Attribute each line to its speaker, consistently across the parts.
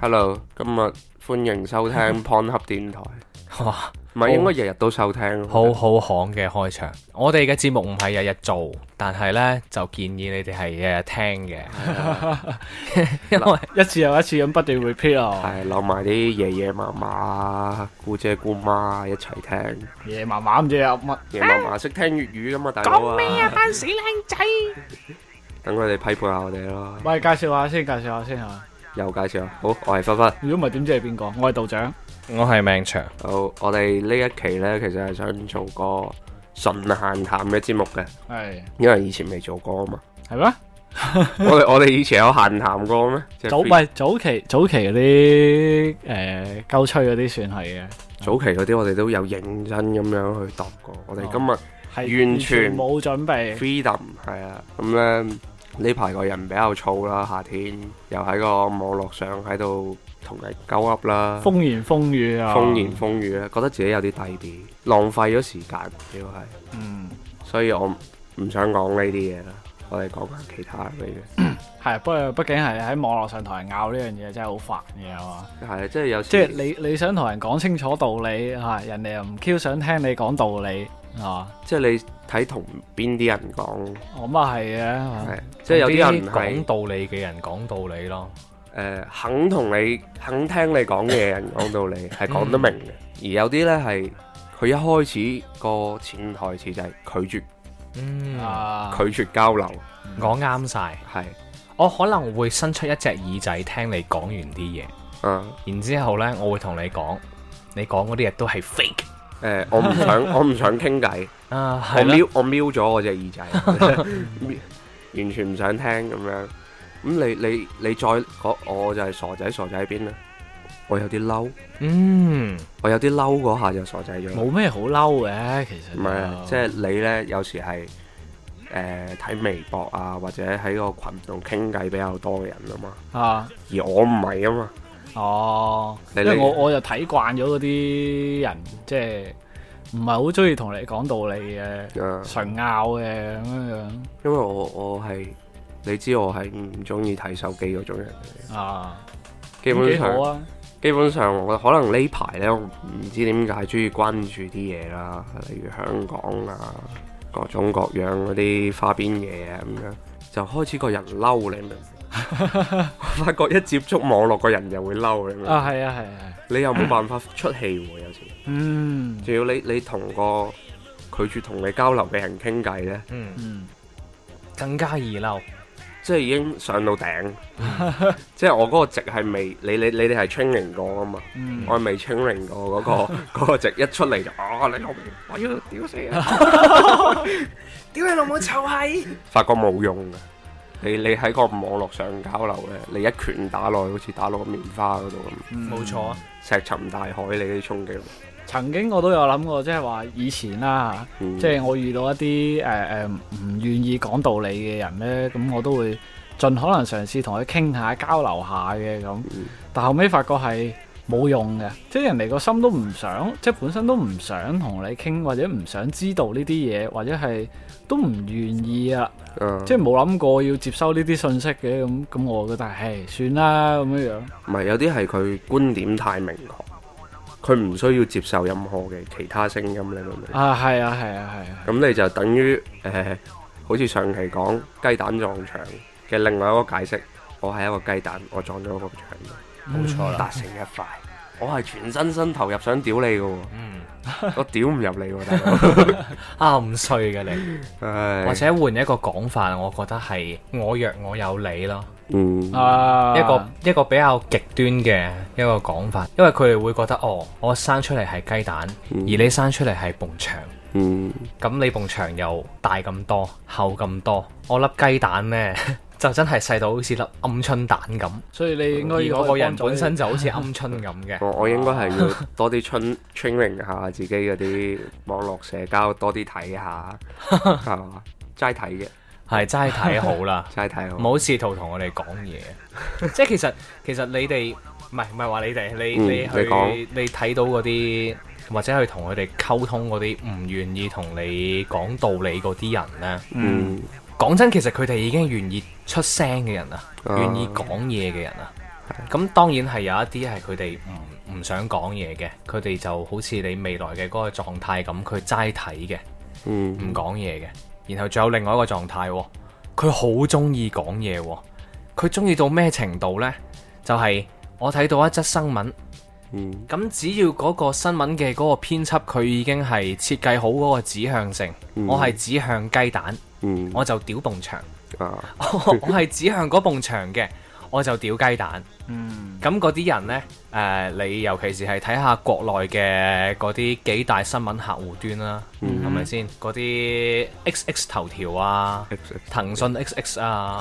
Speaker 1: Hello，今日歡迎 收聽 Pornhub 電台，
Speaker 2: 哇，
Speaker 1: 唔係應該日日都收聽。
Speaker 2: 好好行嘅開場。我哋嘅節目唔係日日做，但係呢就建議你哋係日日聽嘅， 因為
Speaker 3: 一次又一次咁不斷 repeat 啊，
Speaker 1: 係留埋啲爺爺嫲嫲、姑姐姑媽一齊聽。
Speaker 3: 夜麻麻唔知有乜，
Speaker 1: 爺嫲嫲識聽粵語噶嘛，大佬啊！
Speaker 3: 班死僆仔。
Speaker 1: 等佢哋批判下我哋咯。
Speaker 3: 喂，介紹下先，介紹下先嚇。
Speaker 1: 又介紹，好，我係芬 芬。
Speaker 3: 如果唔係點知係邊個？我係道長。
Speaker 2: 我係命長，
Speaker 1: 好，我哋呢一期呢，其實係想做個純閒談嘅節目嘅，
Speaker 3: 係
Speaker 1: 因為以前未做過啊 嘛。
Speaker 3: 係咩？
Speaker 1: 我哋我哋以前有閒談過咩？即係
Speaker 3: 早喂早期早期嗰啲誒鳩吹嗰啲算係嘅，
Speaker 1: 早期嗰啲我哋都有認真咁樣去度過。我哋今日。
Speaker 3: 哦係
Speaker 1: 完全
Speaker 3: 冇準備。
Speaker 1: freedom 係啊，咁咧呢排個人比較燥啦，夏天又喺個網絡上喺度同人鳩噏啦，
Speaker 3: 風言風語啊！
Speaker 1: 風言風語咧，覺得自己有啲低啲，浪費咗時間主要係，
Speaker 3: 嗯
Speaker 1: 所以我唔唔想講呢啲嘢啦，我哋講下其他嘅嘢，
Speaker 3: 係，不過畢竟係喺網絡上同人拗呢樣嘢真係好煩嘅係嘛。
Speaker 1: 係啊即係有時
Speaker 3: 即係你你想同人講清楚道理嚇，啊人哋又唔 Q 想聽你講道理啊。
Speaker 1: 即係你睇同邊啲人講，
Speaker 3: 我咁啊係嘅，
Speaker 1: 係即係有啲人
Speaker 2: 同
Speaker 1: 係
Speaker 2: 講道理嘅人講道理咯。
Speaker 1: 誒呃肯同你肯聽你講嘅人講道理係講得明嘅，而有啲呢係佢一開始個潛台詞就係拒絕
Speaker 2: 嗯，
Speaker 3: 啊，
Speaker 1: 拒絕交流，
Speaker 2: 我啱晒。
Speaker 1: 係
Speaker 2: 我可能會伸出一隻耳仔聽你講完啲嘢，
Speaker 1: 嗯
Speaker 2: 然之後呢，我會同你講，你講嗰啲嘢都係 fake
Speaker 1: 誒，呃我唔想我唔想傾偈，
Speaker 2: 啊，
Speaker 1: 我
Speaker 2: 係啦，
Speaker 1: 瞄我瞄咗我隻耳仔， 瞄完全唔想聽咁樣。咁你你你再講我就係傻仔傻仔喺邊呢？我有啲嬲，
Speaker 2: 嗯，
Speaker 1: 我有啲嬲嗰下就傻仔咗。
Speaker 3: 冇咩好嬲嘅，其實
Speaker 1: 唔係啊，即係你呢，有時係誒睇微博啊，或者喺個群度傾偈比較多嘅人啊嘛。
Speaker 3: 啊，
Speaker 1: 而我唔係啊嘛，
Speaker 3: 哦，
Speaker 1: 你
Speaker 3: 因為
Speaker 1: 你
Speaker 3: 我我就睇慣咗嗰啲人，即係唔係好中意同你講道理嘅，
Speaker 1: 啊，
Speaker 3: 純拗嘅咁樣
Speaker 1: 因為我我係你知我係唔中意睇手機嗰種人嚟
Speaker 3: 樣啊，
Speaker 1: 嘅，基本
Speaker 3: 咁幾
Speaker 1: 上
Speaker 3: 好啊，
Speaker 1: 基本上我可能呢排呢，我唔知點解中意關注啲嘢啦，例如香港啊，各種各樣嗰啲花邊嘢啊咁樣。就開始個人嬲你 明唔明？我發覺一接觸網絡個人就會嬲你明唔明？
Speaker 3: 啊係啊係啊係，
Speaker 1: 你又冇辦法出氣喎，有時
Speaker 3: 嗯
Speaker 1: 仲要你你同個拒絕同你交流嘅人傾偈呢，
Speaker 2: 嗯，
Speaker 3: 嗯，
Speaker 2: 更加易嬲，
Speaker 1: 即係已經上到 頂，即係我嗰個值係未你你你哋係 training 過啊嘛，
Speaker 3: 嗯
Speaker 1: 我係未 training 過嗰、 個嗰個值一出嚟就啊你老味，我要屌死你， 屌你老母臭閪，發覺冇用㗎。你你喺個網絡上交流呢，你一拳打落去，好似打落個棉花嗰度咁，
Speaker 3: 嗯
Speaker 2: 冇錯啊，
Speaker 1: 石沉大海你啲衝擊力，
Speaker 3: 曾經我都有諗過，即係話以前啦。
Speaker 1: 嗯
Speaker 3: 即係我遇到一啲誒誒唔願意講道理嘅人呢，咁我都會盡可能嘗試同佢傾下、交流下嘅咁
Speaker 1: 嗯。
Speaker 3: 但後尾發覺係冇用嘅，即係人哋個心都唔想，即係本身都唔想同你傾，或者唔想知道呢啲嘢，或者係都唔願意啊，
Speaker 1: 嗯
Speaker 3: 即係冇諗過要接收呢啲信息嘅咁。咁我覺得唉，算啦咁樣樣。
Speaker 1: 唔係有啲係佢觀點太明確，佢唔需要接受任何嘅其他聲音，你明唔明？
Speaker 3: 啊，係啊，係啊，係啊，
Speaker 1: 咁你就等於誒、呃好似上期講雞蛋撞牆嘅另外一個解釋，我係一個雞蛋，我撞咗個牆，
Speaker 2: 冇錯啦，
Speaker 1: 達成一塊。我係全身心投入想屌你嘅 喎，
Speaker 2: 嗯，
Speaker 1: 我屌唔入你喎，大 佬。
Speaker 2: 啊咁衰嘅你。
Speaker 1: 唉
Speaker 2: 或者換一個講法，我覺得係我弱我有理咯，
Speaker 1: 嗯，
Speaker 3: 啊，
Speaker 2: 一個一個比較極端嘅一個講法，因為佢哋會覺得哦，我生出嚟係雞蛋，
Speaker 3: 嗯
Speaker 2: 而你生出嚟係埲牆，
Speaker 1: 嗯
Speaker 2: 咁你埲牆又大咁多，厚咁多，我粒雞蛋呢， 就真係細到好似粒鵪鶉蛋咁，
Speaker 3: 所以你應該
Speaker 2: 而
Speaker 3: 要
Speaker 2: 我個
Speaker 3: 幫
Speaker 2: 人
Speaker 3: 助
Speaker 2: 本
Speaker 3: 你
Speaker 2: 身就好似鵪鶉咁嘅。
Speaker 1: 我我應該係要多啲 train training 下自己嗰啲網絡社交，多啲睇 下，係嘛？齋睇啫，
Speaker 2: 係齋睇好啦，
Speaker 1: 齋睇好
Speaker 2: 唔。好試圖同我哋講 嘢。即係其實其實你哋唔係唔係話你哋，你
Speaker 1: 嗯
Speaker 2: 你
Speaker 1: 你講
Speaker 2: 去你睇到嗰啲或者去同佢哋溝通嗰啲唔願意同你講道理嗰啲人呢，
Speaker 3: 嗯。
Speaker 1: 嗯，
Speaker 2: 講真，其實佢哋已經願意出聲嘅人啊，
Speaker 1: 啊
Speaker 2: 願意講嘢嘅人啊，咁當然係有一啲係佢哋唔唔想講嘢嘅，佢哋就好似你未來嘅嗰個狀態咁，佢齋睇嘅，
Speaker 1: 嗯，
Speaker 2: 唔講嘢嘅。然後仲有另外一個狀態喎，佢好中意講嘢喎，佢中意到咩程度呢？就係、我睇到一則新聞，
Speaker 1: 嗯
Speaker 2: 咁只要嗰個新聞嘅嗰個編輯佢已經係設計好嗰個指向性，
Speaker 1: 嗯
Speaker 2: 我係指向雞蛋，
Speaker 1: 嗯
Speaker 2: 我就屌埲牆；
Speaker 1: 啊，
Speaker 2: 我係指向嗰埲牆嘅，我就屌雞蛋。
Speaker 3: 嗯，
Speaker 2: 咁嗰啲人呢，誒、你尤其是係睇下國內嘅嗰啲幾大新聞客戶端啦，
Speaker 1: 嗯
Speaker 2: 係咪先？嗰啲 XX 頭條啊，騰
Speaker 3: 嗯
Speaker 2: 訊 XX 啊，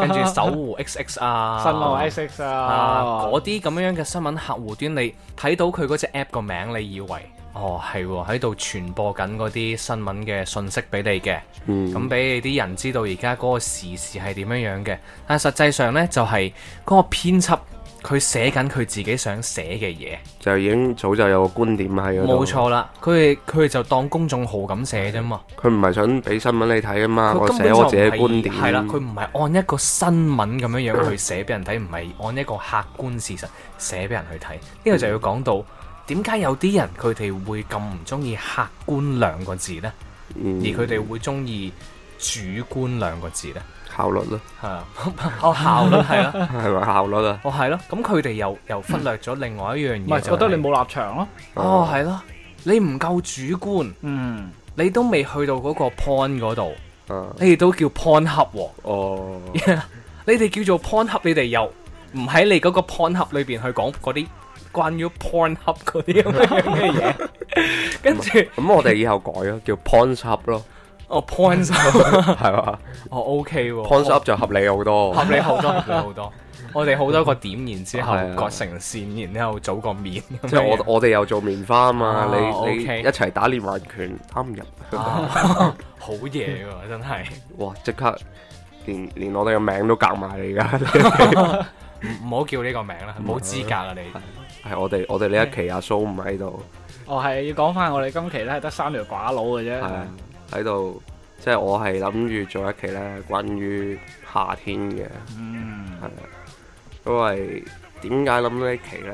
Speaker 2: 跟住搜狐 XX 啊，
Speaker 3: 新浪 S X
Speaker 2: 啊，
Speaker 3: 啊，
Speaker 2: 嗰啲咁樣嘅新聞客戶端，你睇到佢嗰只 app 個名，你以為哦係喎，喺度傳播緊嗰啲新聞嘅信息俾你嘅。
Speaker 1: 嗯
Speaker 2: 咁俾你啲人知道而家嗰個時事係點樣樣嘅，但係實際上呢，就係、嗰個編輯佢寫緊佢自己想寫嘅嘢，
Speaker 1: 就已經早就有個觀點喺嗰度，
Speaker 2: 冇，錯啦，佢哋佢哋就當公眾號咁寫啫嘛，
Speaker 1: 佢唔係想俾新聞你睇啊嘛，
Speaker 2: 佢
Speaker 1: 我
Speaker 2: 根本
Speaker 1: 寫
Speaker 2: 就
Speaker 1: 我
Speaker 2: 唔
Speaker 1: 自己
Speaker 2: 係
Speaker 1: 觀點，
Speaker 2: 係啦，佢唔係按一個新聞咁樣樣去寫俾人睇，唔係按一個客觀事實寫俾人去睇，呢、個就要講到點解有啲人佢哋會咁唔中意客觀兩個字呢？
Speaker 1: 嗯
Speaker 2: 而佢哋會中意主觀兩個字呢？
Speaker 1: 效率 咯，
Speaker 2: 係啊，我效率係啦。
Speaker 1: 係咪效率啊？
Speaker 2: 哦，係咯，咁佢哋又又忽略咗另外一樣嘢，
Speaker 3: 嗯唔係
Speaker 2: 就係
Speaker 3: 覺得你冇立場咯，
Speaker 2: 哦，
Speaker 1: 啊
Speaker 2: 係咯，你唔夠主觀，
Speaker 3: 嗯，
Speaker 2: 你都未去到嗰個 point 嗰度，
Speaker 1: 啊，
Speaker 2: 你哋都叫 point 盒喎，
Speaker 1: 哦，
Speaker 2: 你哋叫做 point 盒，你哋又唔喺你嗰個 point 盒裏邊去講嗰啲關於 point 盒嗰啲咁樣嘅嘢，跟住
Speaker 1: 咁我哋以後改咯，叫 points up 咯，
Speaker 2: 哦 point 盒，
Speaker 1: 係嘛
Speaker 2: 哦 OK 喎
Speaker 1: ？points up 就合理好多，
Speaker 2: 合理好多，合理好多。我哋好多個點，然之後
Speaker 1: 係啊
Speaker 2: 割成線，然之後組個面咁樣樣。
Speaker 1: 即係我我哋又做棉花啊嘛，
Speaker 2: 哦
Speaker 1: 你你
Speaker 2: OK
Speaker 1: 一齊打連環拳啱唔入，
Speaker 2: 啊 好嘢喎，真係
Speaker 1: 哇！即刻連連我哋嘅名都夾埋你而家。
Speaker 2: 唔唔好叫呢個名啦，冇資格啦你。
Speaker 1: 係我哋我哋呢一期阿蘇唔喺度，
Speaker 3: 哦係要講翻我哋今期咧係得三條寡佬嘅
Speaker 1: 係
Speaker 3: 啫
Speaker 1: 啊，喺度，即係我係諗住做一期咧關於夏天嘅，
Speaker 3: 嗯，
Speaker 1: 因為點解諗呢一期咧？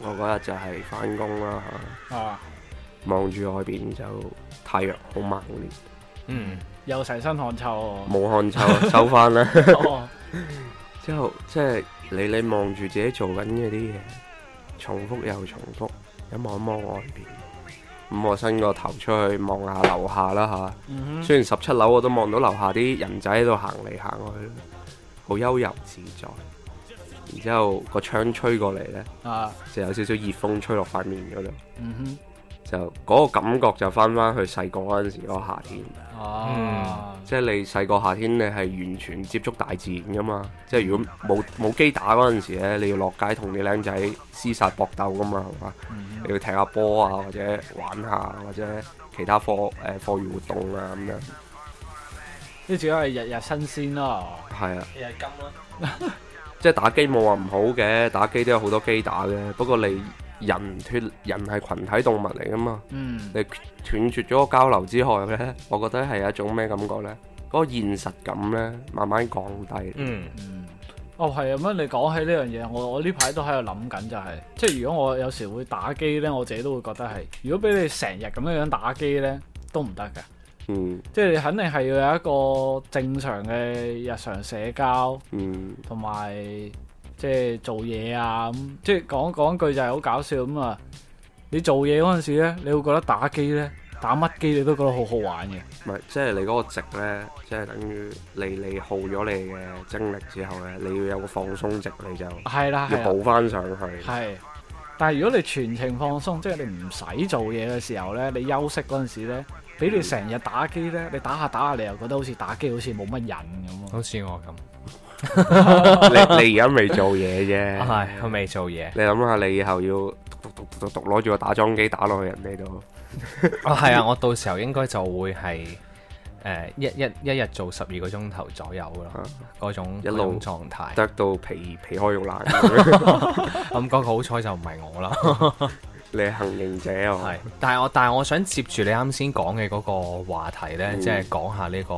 Speaker 1: 我嗰日就係翻工啦
Speaker 3: 啊
Speaker 1: 嚇望住外邊就太陽好猛烈，
Speaker 2: 嗯，
Speaker 3: 又成身 汗臭
Speaker 1: 冇汗臭收翻啦。
Speaker 3: 喎，哦
Speaker 1: 之後即係你你望住自己做緊嗰啲嘢，重複又重複，一望一望外邊，咁我伸個頭出去望下樓下啦嚇。
Speaker 3: 嗯 哼
Speaker 1: 雖然十七樓我都望到樓下啲人仔喺度行嚟行去，好悠遊自在。然之後個窗吹過嚟呢，
Speaker 3: 啊，
Speaker 1: 就有少少熱風吹落塊面嗰度，
Speaker 3: 嗯
Speaker 1: 就嗰個感覺就翻翻去細個嗰陣時嗰個夏天。
Speaker 3: 哼，啊，
Speaker 1: 即係你細個夏天，你係完全接觸大自然噶嘛。即係如果冇冇機打嗰陣時咧，你要落街同啲僆仔厮殺搏鬥噶嘛，係嘛？
Speaker 3: 嗯
Speaker 1: 你要踢下波啊，或者玩下，或者其他課誒、呃、課餘活動啊咁樣。
Speaker 3: 呢主要係日日新鮮咯，
Speaker 1: 係啊。
Speaker 2: 日金啦，
Speaker 1: 即係打機冇話唔好嘅，打機都有好多機打嘅。不過你人脱人係群體動物嚟噶嘛，
Speaker 3: 嗯
Speaker 1: 你斷絕咗個交流之後呢，我覺得係一種咩感覺呢？嗰、個現實感呢，慢慢降低。
Speaker 2: 嗯
Speaker 3: 嗯，哦係啊，乜你講起呢樣嘢，我我呢排都喺度諗緊就係、即係如果我有時會打機呢，我自己都會覺得係，如果俾你成日咁樣樣打機呢，都唔得㗎。
Speaker 1: 嗯
Speaker 3: 即係你肯定係要有一個正常嘅日常社交，
Speaker 1: 嗯
Speaker 3: 同埋即係做嘢啊咁。即係講講句就係好搞笑咁啊！你做嘢嗰陣時咧，你會覺得打機呢，打乜機你都覺得好好玩嘅。
Speaker 1: 唔係即係你嗰個值呢，即係等於你你耗咗你嘅精力之後呢，你要有個放鬆值，你就要
Speaker 3: 係啦，係啦。
Speaker 1: 補翻上去。
Speaker 3: 係，但係如果你全程放鬆，即係你唔使做嘢嘅時候呢，你休息嗰陣時咧，俾你成日打機呢，你打下打下，你又覺得好似打機好似冇乜癮咁啊！
Speaker 2: 好似我咁，
Speaker 1: 你你而家未做嘢啫，
Speaker 2: 啊係佢未做嘢。
Speaker 1: 你諗下你以後要讀讀讀讀讀攞住個打樁機打落去人哋度。
Speaker 2: 哦，係啊，我到時候應該就會係誒一一一日做十二個鐘頭左右咯，嗰種
Speaker 1: 啊一路
Speaker 2: 嗰種狀態。
Speaker 1: 得到皮皮開肉 爛咁樣，
Speaker 2: 咁嗰個好彩就唔係 我啦，
Speaker 1: 你係幸運者啊
Speaker 2: 係！。但係我但係我想接住你啱先講嘅嗰個話題呢，
Speaker 1: 嗯
Speaker 2: 即係講下呢個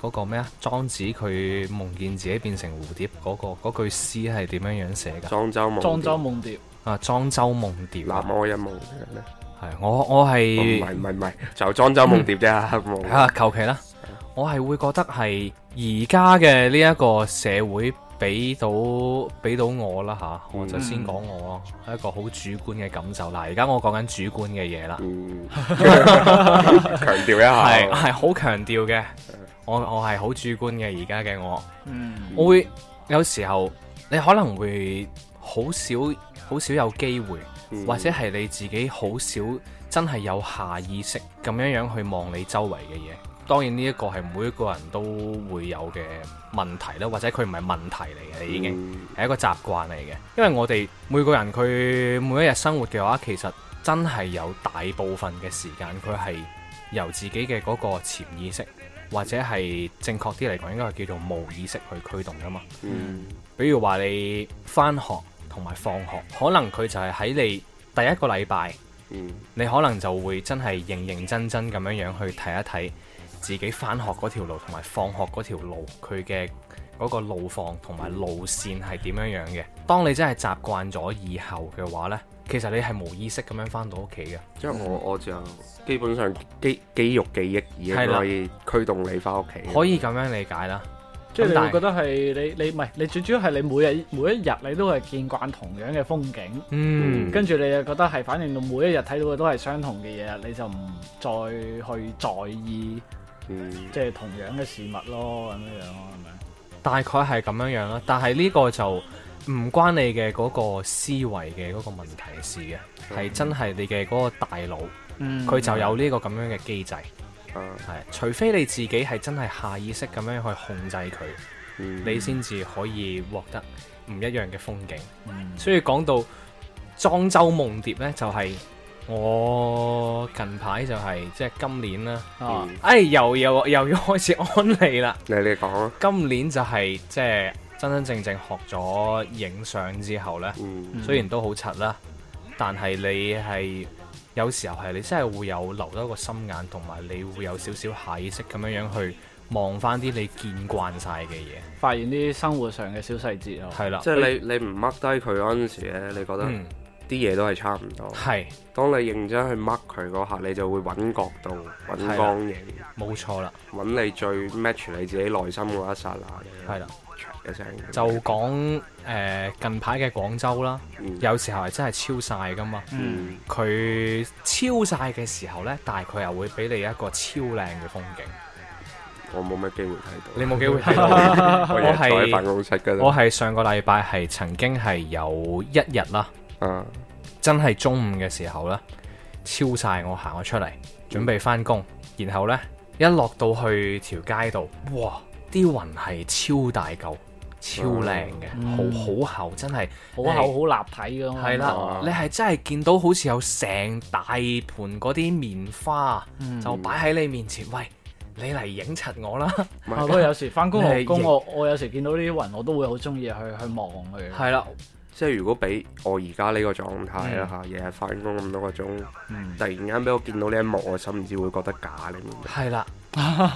Speaker 2: 誒嗰個咩啊？莊子佢夢見自己變成蝴蝶嗰、個嗰句詩係點樣樣寫㗎？
Speaker 1: 莊周夢
Speaker 3: 莊周夢蝶，
Speaker 2: 啊，莊周夢蝶
Speaker 1: 南
Speaker 2: 啊，
Speaker 1: 柯一夢咁樣咧，
Speaker 2: 係我我
Speaker 1: 唔
Speaker 2: 係
Speaker 1: 係唔係唔係，就莊周夢蝶啫， 冇
Speaker 2: 啊，求其啦，我係會覺得係而家嘅呢一個社會俾到俾到我啦吓，我就先講我咯，係一個好主觀嘅感受嗱，而家我講緊主觀嘅嘢 啦，
Speaker 1: 嗯，強調一下，
Speaker 2: 係係好強調嘅，我我係好主觀嘅而家嘅我，
Speaker 3: 嗯
Speaker 2: 我會有時候你可能會好少好少有機會。
Speaker 1: 嗯
Speaker 2: 或者係你自己好少真係有下意識咁樣樣去望你周圍嘅嘢。當然呢一個係每一個人都會有嘅問題啦，或者佢唔係問題嚟嘅，已經
Speaker 1: 嗯
Speaker 2: 係一個習慣嚟嘅。因為我哋每個人佢每一日生活嘅話，其實真係有大部分嘅時間佢係由自己嘅嗰個潛意識，或者係正確啲嚟講應該係叫做無意識去驅動噶嘛。
Speaker 1: 嗯
Speaker 2: 比如話你翻學同埋放學，可能佢就係喺你第一個禮拜，
Speaker 1: 嗯
Speaker 2: 你可能就會真係認認真真咁樣樣去睇一睇自己翻學嗰條路同埋放學嗰條路佢嘅嗰個路況同埋路線係點樣樣嘅。當你真係習慣咗以後嘅話呢，其實你係無意識咁樣翻到屋企嘅。
Speaker 1: 因為我我就基本上肌肌肉記憶已經
Speaker 2: 係啦
Speaker 1: 可以驅動你翻屋企，
Speaker 2: 可以咁樣理解啦。
Speaker 3: 即係
Speaker 2: 咁
Speaker 3: 你
Speaker 2: 但
Speaker 3: 會
Speaker 2: 係
Speaker 3: 覺得係你你唔係你最主要係你每日每一日你都係見慣同樣嘅風景，
Speaker 2: 嗯，
Speaker 3: 跟住你又覺得係反正到每一日睇到嘅都係相同嘅嘢，你就唔再去在意
Speaker 1: 嗯
Speaker 3: 即係同樣嘅事物咯咁樣樣咯，係咪？
Speaker 2: 大概係咁樣樣啦。但係呢個就唔關你嘅嗰個思維嘅嗰個問題事嘅，係真係你嘅嗰個大腦
Speaker 3: 嗯
Speaker 2: 佢就有呢個咁樣嘅機制。
Speaker 1: 啊
Speaker 2: 係，除非你自己係真係下意識咁樣去控制佢，
Speaker 1: 嗯
Speaker 2: 你先至可以獲得唔一樣嘅風景。
Speaker 3: 嗯
Speaker 2: 所以講到莊周夢蝶呢，就係、我近排就係、即係今年啦，
Speaker 3: 啊
Speaker 1: 嗯
Speaker 2: 哎又又又要開始安利啦。
Speaker 1: 你你講啊，
Speaker 2: 今年就係、即係真真正正學咗影相之後呢，
Speaker 1: 嗯
Speaker 3: 嗯
Speaker 2: 雖然都好柒啦，但係你係有時候係你真係會有留多個心眼，同埋你會有少少下意識咁樣樣去望翻啲你見慣晒嘅嘢，
Speaker 3: 發現啲生活上嘅小細節啊咯，
Speaker 2: 係啦，
Speaker 1: 即係你你唔 mark 低佢嗰陣時咧，你覺得
Speaker 2: 嗯
Speaker 1: 啲嘢都係差唔多。
Speaker 2: 係
Speaker 1: 當你認真去 mark 佢嗰下，你就會揾角度、
Speaker 2: 係啦
Speaker 1: 揾光影、
Speaker 2: 冇錯啦，
Speaker 1: 揾你最 match 你自己內心嗰一剎那。
Speaker 2: 係啦，，
Speaker 1: 一聲
Speaker 2: 就講誒、呃近排嘅廣州啦，
Speaker 1: 嗯
Speaker 2: 有時候係真係超晒噶嘛，
Speaker 3: 嗯
Speaker 1: 嗯
Speaker 2: 佢超晒嘅時候呢，但係佢又會俾你一個超靚嘅風景，
Speaker 1: 我冇乜機會睇到。
Speaker 2: 你冇機會睇到。
Speaker 1: 我日
Speaker 2: 我
Speaker 1: 日
Speaker 2: 係
Speaker 1: 坐喺辦公室㗎
Speaker 2: 我
Speaker 1: 啦。
Speaker 2: 係上個禮拜係曾經係有一日啦。
Speaker 1: 啊，
Speaker 2: 真係中午嘅時候咧，超晒我行咗出嚟，準備翻工，然後呢，一落到去條街度，哇！啲雲係超大嚿、超靚嘅，
Speaker 3: 嗯
Speaker 2: 好好厚，真係
Speaker 3: 好厚好立體咁。
Speaker 2: 係啦
Speaker 1: 哇！
Speaker 2: 你係真係見到好似有成大盤嗰啲棉花
Speaker 3: 嗯
Speaker 2: 就擺喺你面前，喂，你嚟影柒我啦！
Speaker 1: 唔
Speaker 3: 啊！不
Speaker 1: 係
Speaker 3: 過有時翻工落工，
Speaker 2: 你係
Speaker 3: 我我有時見到呢啲雲，我都會好中意去去望佢。
Speaker 2: 係啦，
Speaker 1: 即係如果俾我而家呢個狀態
Speaker 2: 嗯
Speaker 1: 啦嚇，日日翻工咁多個鐘，
Speaker 3: 嗯
Speaker 1: 突然間俾我見到呢一幕，我甚至會覺得假，你明唔明？
Speaker 2: 係 啦，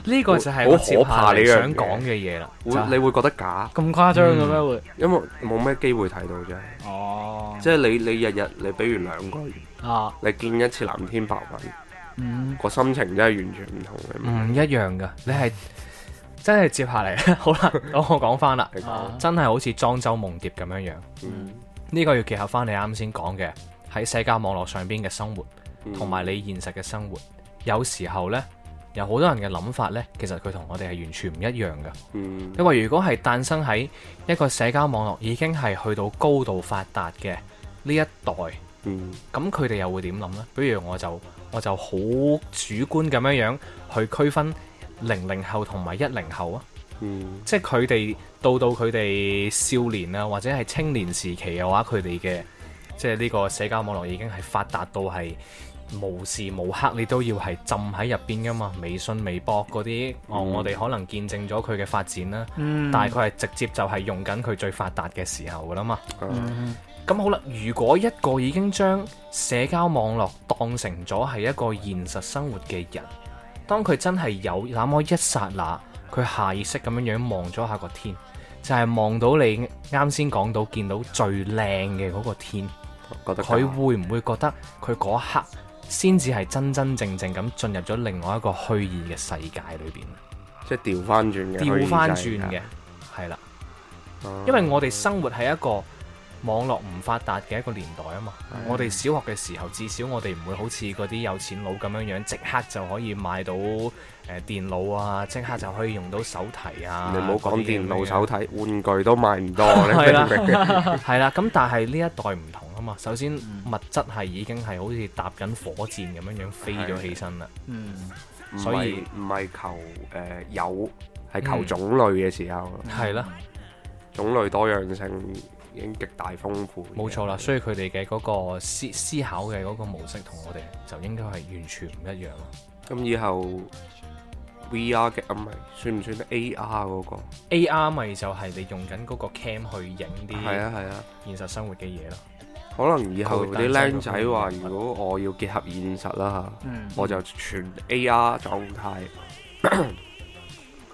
Speaker 2: 呢個就
Speaker 1: 好
Speaker 2: 係我接
Speaker 1: 可怕
Speaker 2: 下嚟
Speaker 1: 呢樣
Speaker 2: 想講嘅嘢啦。就係
Speaker 1: 會你會覺得假，
Speaker 3: 咁誇張嘅咩
Speaker 2: 嗯
Speaker 3: 會？
Speaker 1: 因為冇咩機會睇到啫。
Speaker 3: 哦，
Speaker 1: 即係你你日日你比如兩個月，
Speaker 3: 啊，
Speaker 1: 你見一次藍天白雲。
Speaker 3: 嗯，
Speaker 1: 個心情真係完全唔同嘅。
Speaker 2: 嗯唔一樣噶，你係真係接下嚟 好啦，我講翻啦，
Speaker 1: 你
Speaker 3: 啊
Speaker 1: 講，
Speaker 2: 真係好似莊周夢蝶咁樣樣。
Speaker 1: 嗯
Speaker 2: 呢、個要結合翻你啱先講嘅喺社交網絡上邊嘅生活，
Speaker 1: 嗯
Speaker 2: 同埋你現實嘅生活，有時候呢，有好多人嘅諗法呢，其實佢同我哋係完全唔一樣嘅。
Speaker 1: 嗯
Speaker 2: 因為如果係誕生喺一個社交網絡已經係去到高度發達嘅呢一代，
Speaker 1: 嗯
Speaker 2: 咁佢哋又會點諗呢？比如我就我就好主觀咁樣樣去區分零零後同埋一零後啊，
Speaker 1: 嗯
Speaker 2: 即係佢哋到到佢哋少年啊，或者係青年時期嘅話，佢哋嘅即係呢個社交網絡已經係發達到係無時無刻你都要係浸喺入邊噶嘛，微信、微博嗰啲，哦，
Speaker 1: 嗯
Speaker 2: 我哋可能見證咗佢嘅發展啦，
Speaker 3: 嗯
Speaker 2: 但係佢係直接就係用緊佢最發達嘅時候噶啦嘛。
Speaker 1: 啊
Speaker 3: 嗯
Speaker 2: 咁好啦，如果一個已經將社交網絡當成咗係一個現實生活嘅人，當佢真係有那麼一剎那佢下意識咁樣樣望咗下個天，就係、望到你啱先講到見到最靚嘅嗰個天，
Speaker 1: 覺得啊
Speaker 2: 佢會唔會覺得佢嗰一刻先至係真真正正咁進入咗另外一個虛擬嘅世界裏邊，
Speaker 1: 即係調翻轉嘅，
Speaker 2: 調翻轉嘅，係啦，
Speaker 1: 哦，
Speaker 2: 因為我哋生活係一個網絡唔發達嘅一個年代啊嘛，
Speaker 1: 嗯
Speaker 2: 我哋小學嘅時候至少我哋唔會好似嗰啲有錢佬咁樣樣，即刻就可以買到誒、呃、電腦啊，即刻就可以用到手提啊，
Speaker 1: 你唔好講電腦手
Speaker 2: 手。
Speaker 1: 提玩具都賣 唔多，你
Speaker 2: 係啦
Speaker 1: 明唔明？
Speaker 2: 係啦，咁但係呢一代唔同啊嘛。首先物質係已經係好似搭緊火箭咁樣樣飛咗起身啦。
Speaker 3: 嗯，
Speaker 1: 唔
Speaker 2: 所以
Speaker 1: 係唔係求誒有，係求種類嘅時候，
Speaker 3: 嗯
Speaker 2: 係啦，
Speaker 1: 種類多樣性已經極大豐富。
Speaker 2: 冇錯啦。所以佢哋嘅嗰個思思考嘅嗰個模式同我哋就應該係完全唔一樣咯。
Speaker 1: 咁以後 VR 嘅啊唔係算唔算 AR 嗰個？
Speaker 2: AR 咪就係你用緊嗰個 cam 去影
Speaker 1: 係
Speaker 2: 啲
Speaker 1: 啊係啊，
Speaker 2: 現實生活嘅嘢咯。
Speaker 1: 可能以後
Speaker 2: 佢
Speaker 1: 啲
Speaker 2: 會
Speaker 1: 僆仔
Speaker 2: 擔心
Speaker 1: 話，
Speaker 2: 佢會
Speaker 1: 如果我要結合現實啦嚇，
Speaker 3: 嗯
Speaker 1: 我就全 AR 狀態。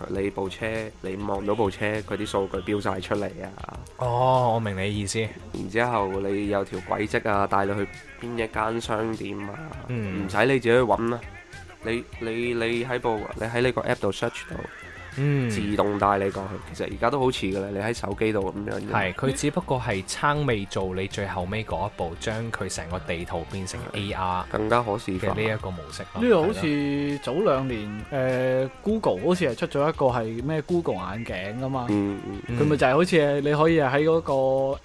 Speaker 1: 你部車，你望到部車，佢啲數據標晒出嚟啊！
Speaker 2: 哦，我明你意思。
Speaker 1: 然之後你有條軌跡啊，帶你去邊一間商店啊，
Speaker 2: 嗯
Speaker 1: 唔使、你自己去揾啦。你你你喺部你喺呢個 app 度 search 到，
Speaker 2: 嗯，
Speaker 1: 自動帶你過去。其實而家都好似噶啦，你喺手機度咁樣。
Speaker 2: 係佢只不過係撐未做你最後尾嗰一步，將佢成個地圖變成 AR
Speaker 1: 更加可視
Speaker 2: 嘅
Speaker 1: 化。
Speaker 2: 呢一個模式咯。
Speaker 3: 呢
Speaker 2: 係
Speaker 3: 度好
Speaker 2: 咯
Speaker 3: 似早兩年誒、Google 好似係出咗一個係咩 Google 眼鏡噶嘛，
Speaker 1: 嗯嗯
Speaker 2: 嗯
Speaker 3: 佢咪就係好似係你可以喺嗰個